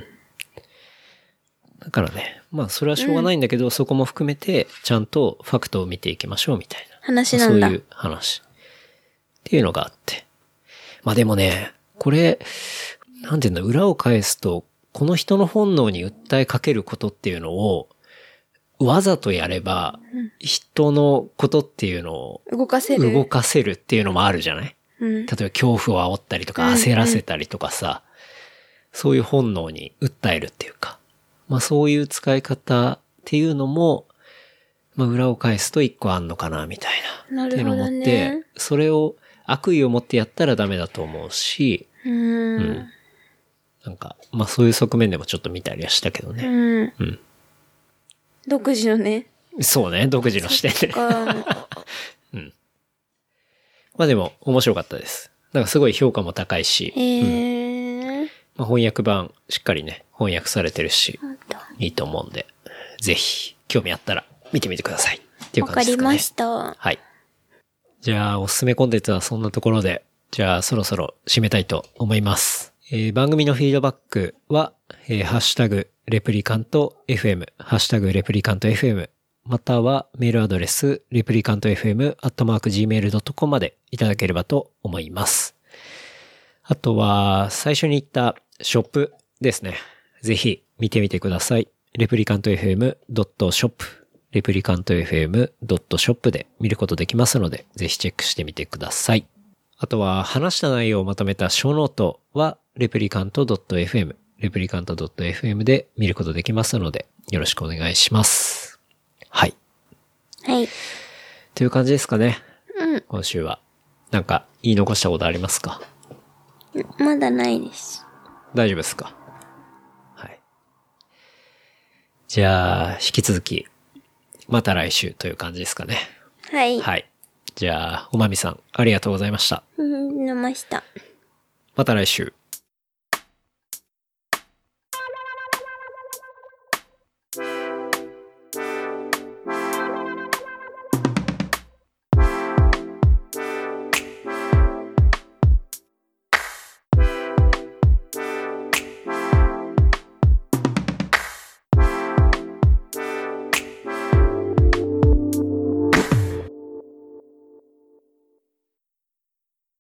だからね、まあそれはしょうがないんだけど、そこも含めて、ちゃんとファクトを見ていきましょうみたいな。
話なんだ。
そういう話。っていうのがあって。まあでもね、これ、なんていうんだ、裏を返すと、この人の本能に訴えかけることっていうのを、わざとやれば、人のことっていうのを
動かせる。
動かせるっていうのもあるじゃない
うん。
例えば恐怖を煽ったりとか
うんうん
焦らせたりとかさ、そういう本能に訴えるっていうか、まあそういう使い方っていうのも、まあ裏を返すと一個あんのかなみたいな。
なるほどね
っていうのを持って、それを悪意を持ってやったらダメだと思うし、
うん。
なんか、まあそういう側面でもちょっと見たりはしたけどね。
うん。
うん
独自のね。
そうね、独自の視点で。
か、
うん。 まあでも面白かったです。なんかすごい評価も高いし、
へえ。
まあ、翻訳版しっかりね、翻訳されてるし、
ほんと
いいと思うんで、ぜひ、興味あったら見てみてください。っていう
わ
感
か
じで
り
すかね。
ました。
はい。じゃあ、おすすめコンテンツはそんなところで、じゃあ、そろそろ締めたいと思います。えー番組のフィードバックは、えーハッシュタグ、レプリカント FM、ハッシュタグ、レプリカント FM、またはメールアドレス、レプリカント FM、アットマーク Gmail.com までいただければと思います。あとは、最初に言ったショップですね。ぜひ見てみてください。replicantfm.shop replicantfm.shop で見ることできますので、ぜひチェックしてみてください。あとは、話した内容をまとめた小ノートは replicant.fm replicant.fm で見ることできますので、よろしくお願いします。はい。
はい。
という感じですかね。
うん。
今週は。なんか、言い残したことありますか
まだないです。
大丈夫ですかはい。じゃあ、引き続き、また来週という感じですかね。
はい。
はい。じゃあ、おまみさん、ありがとうございました。
うん飲ました。
また来週。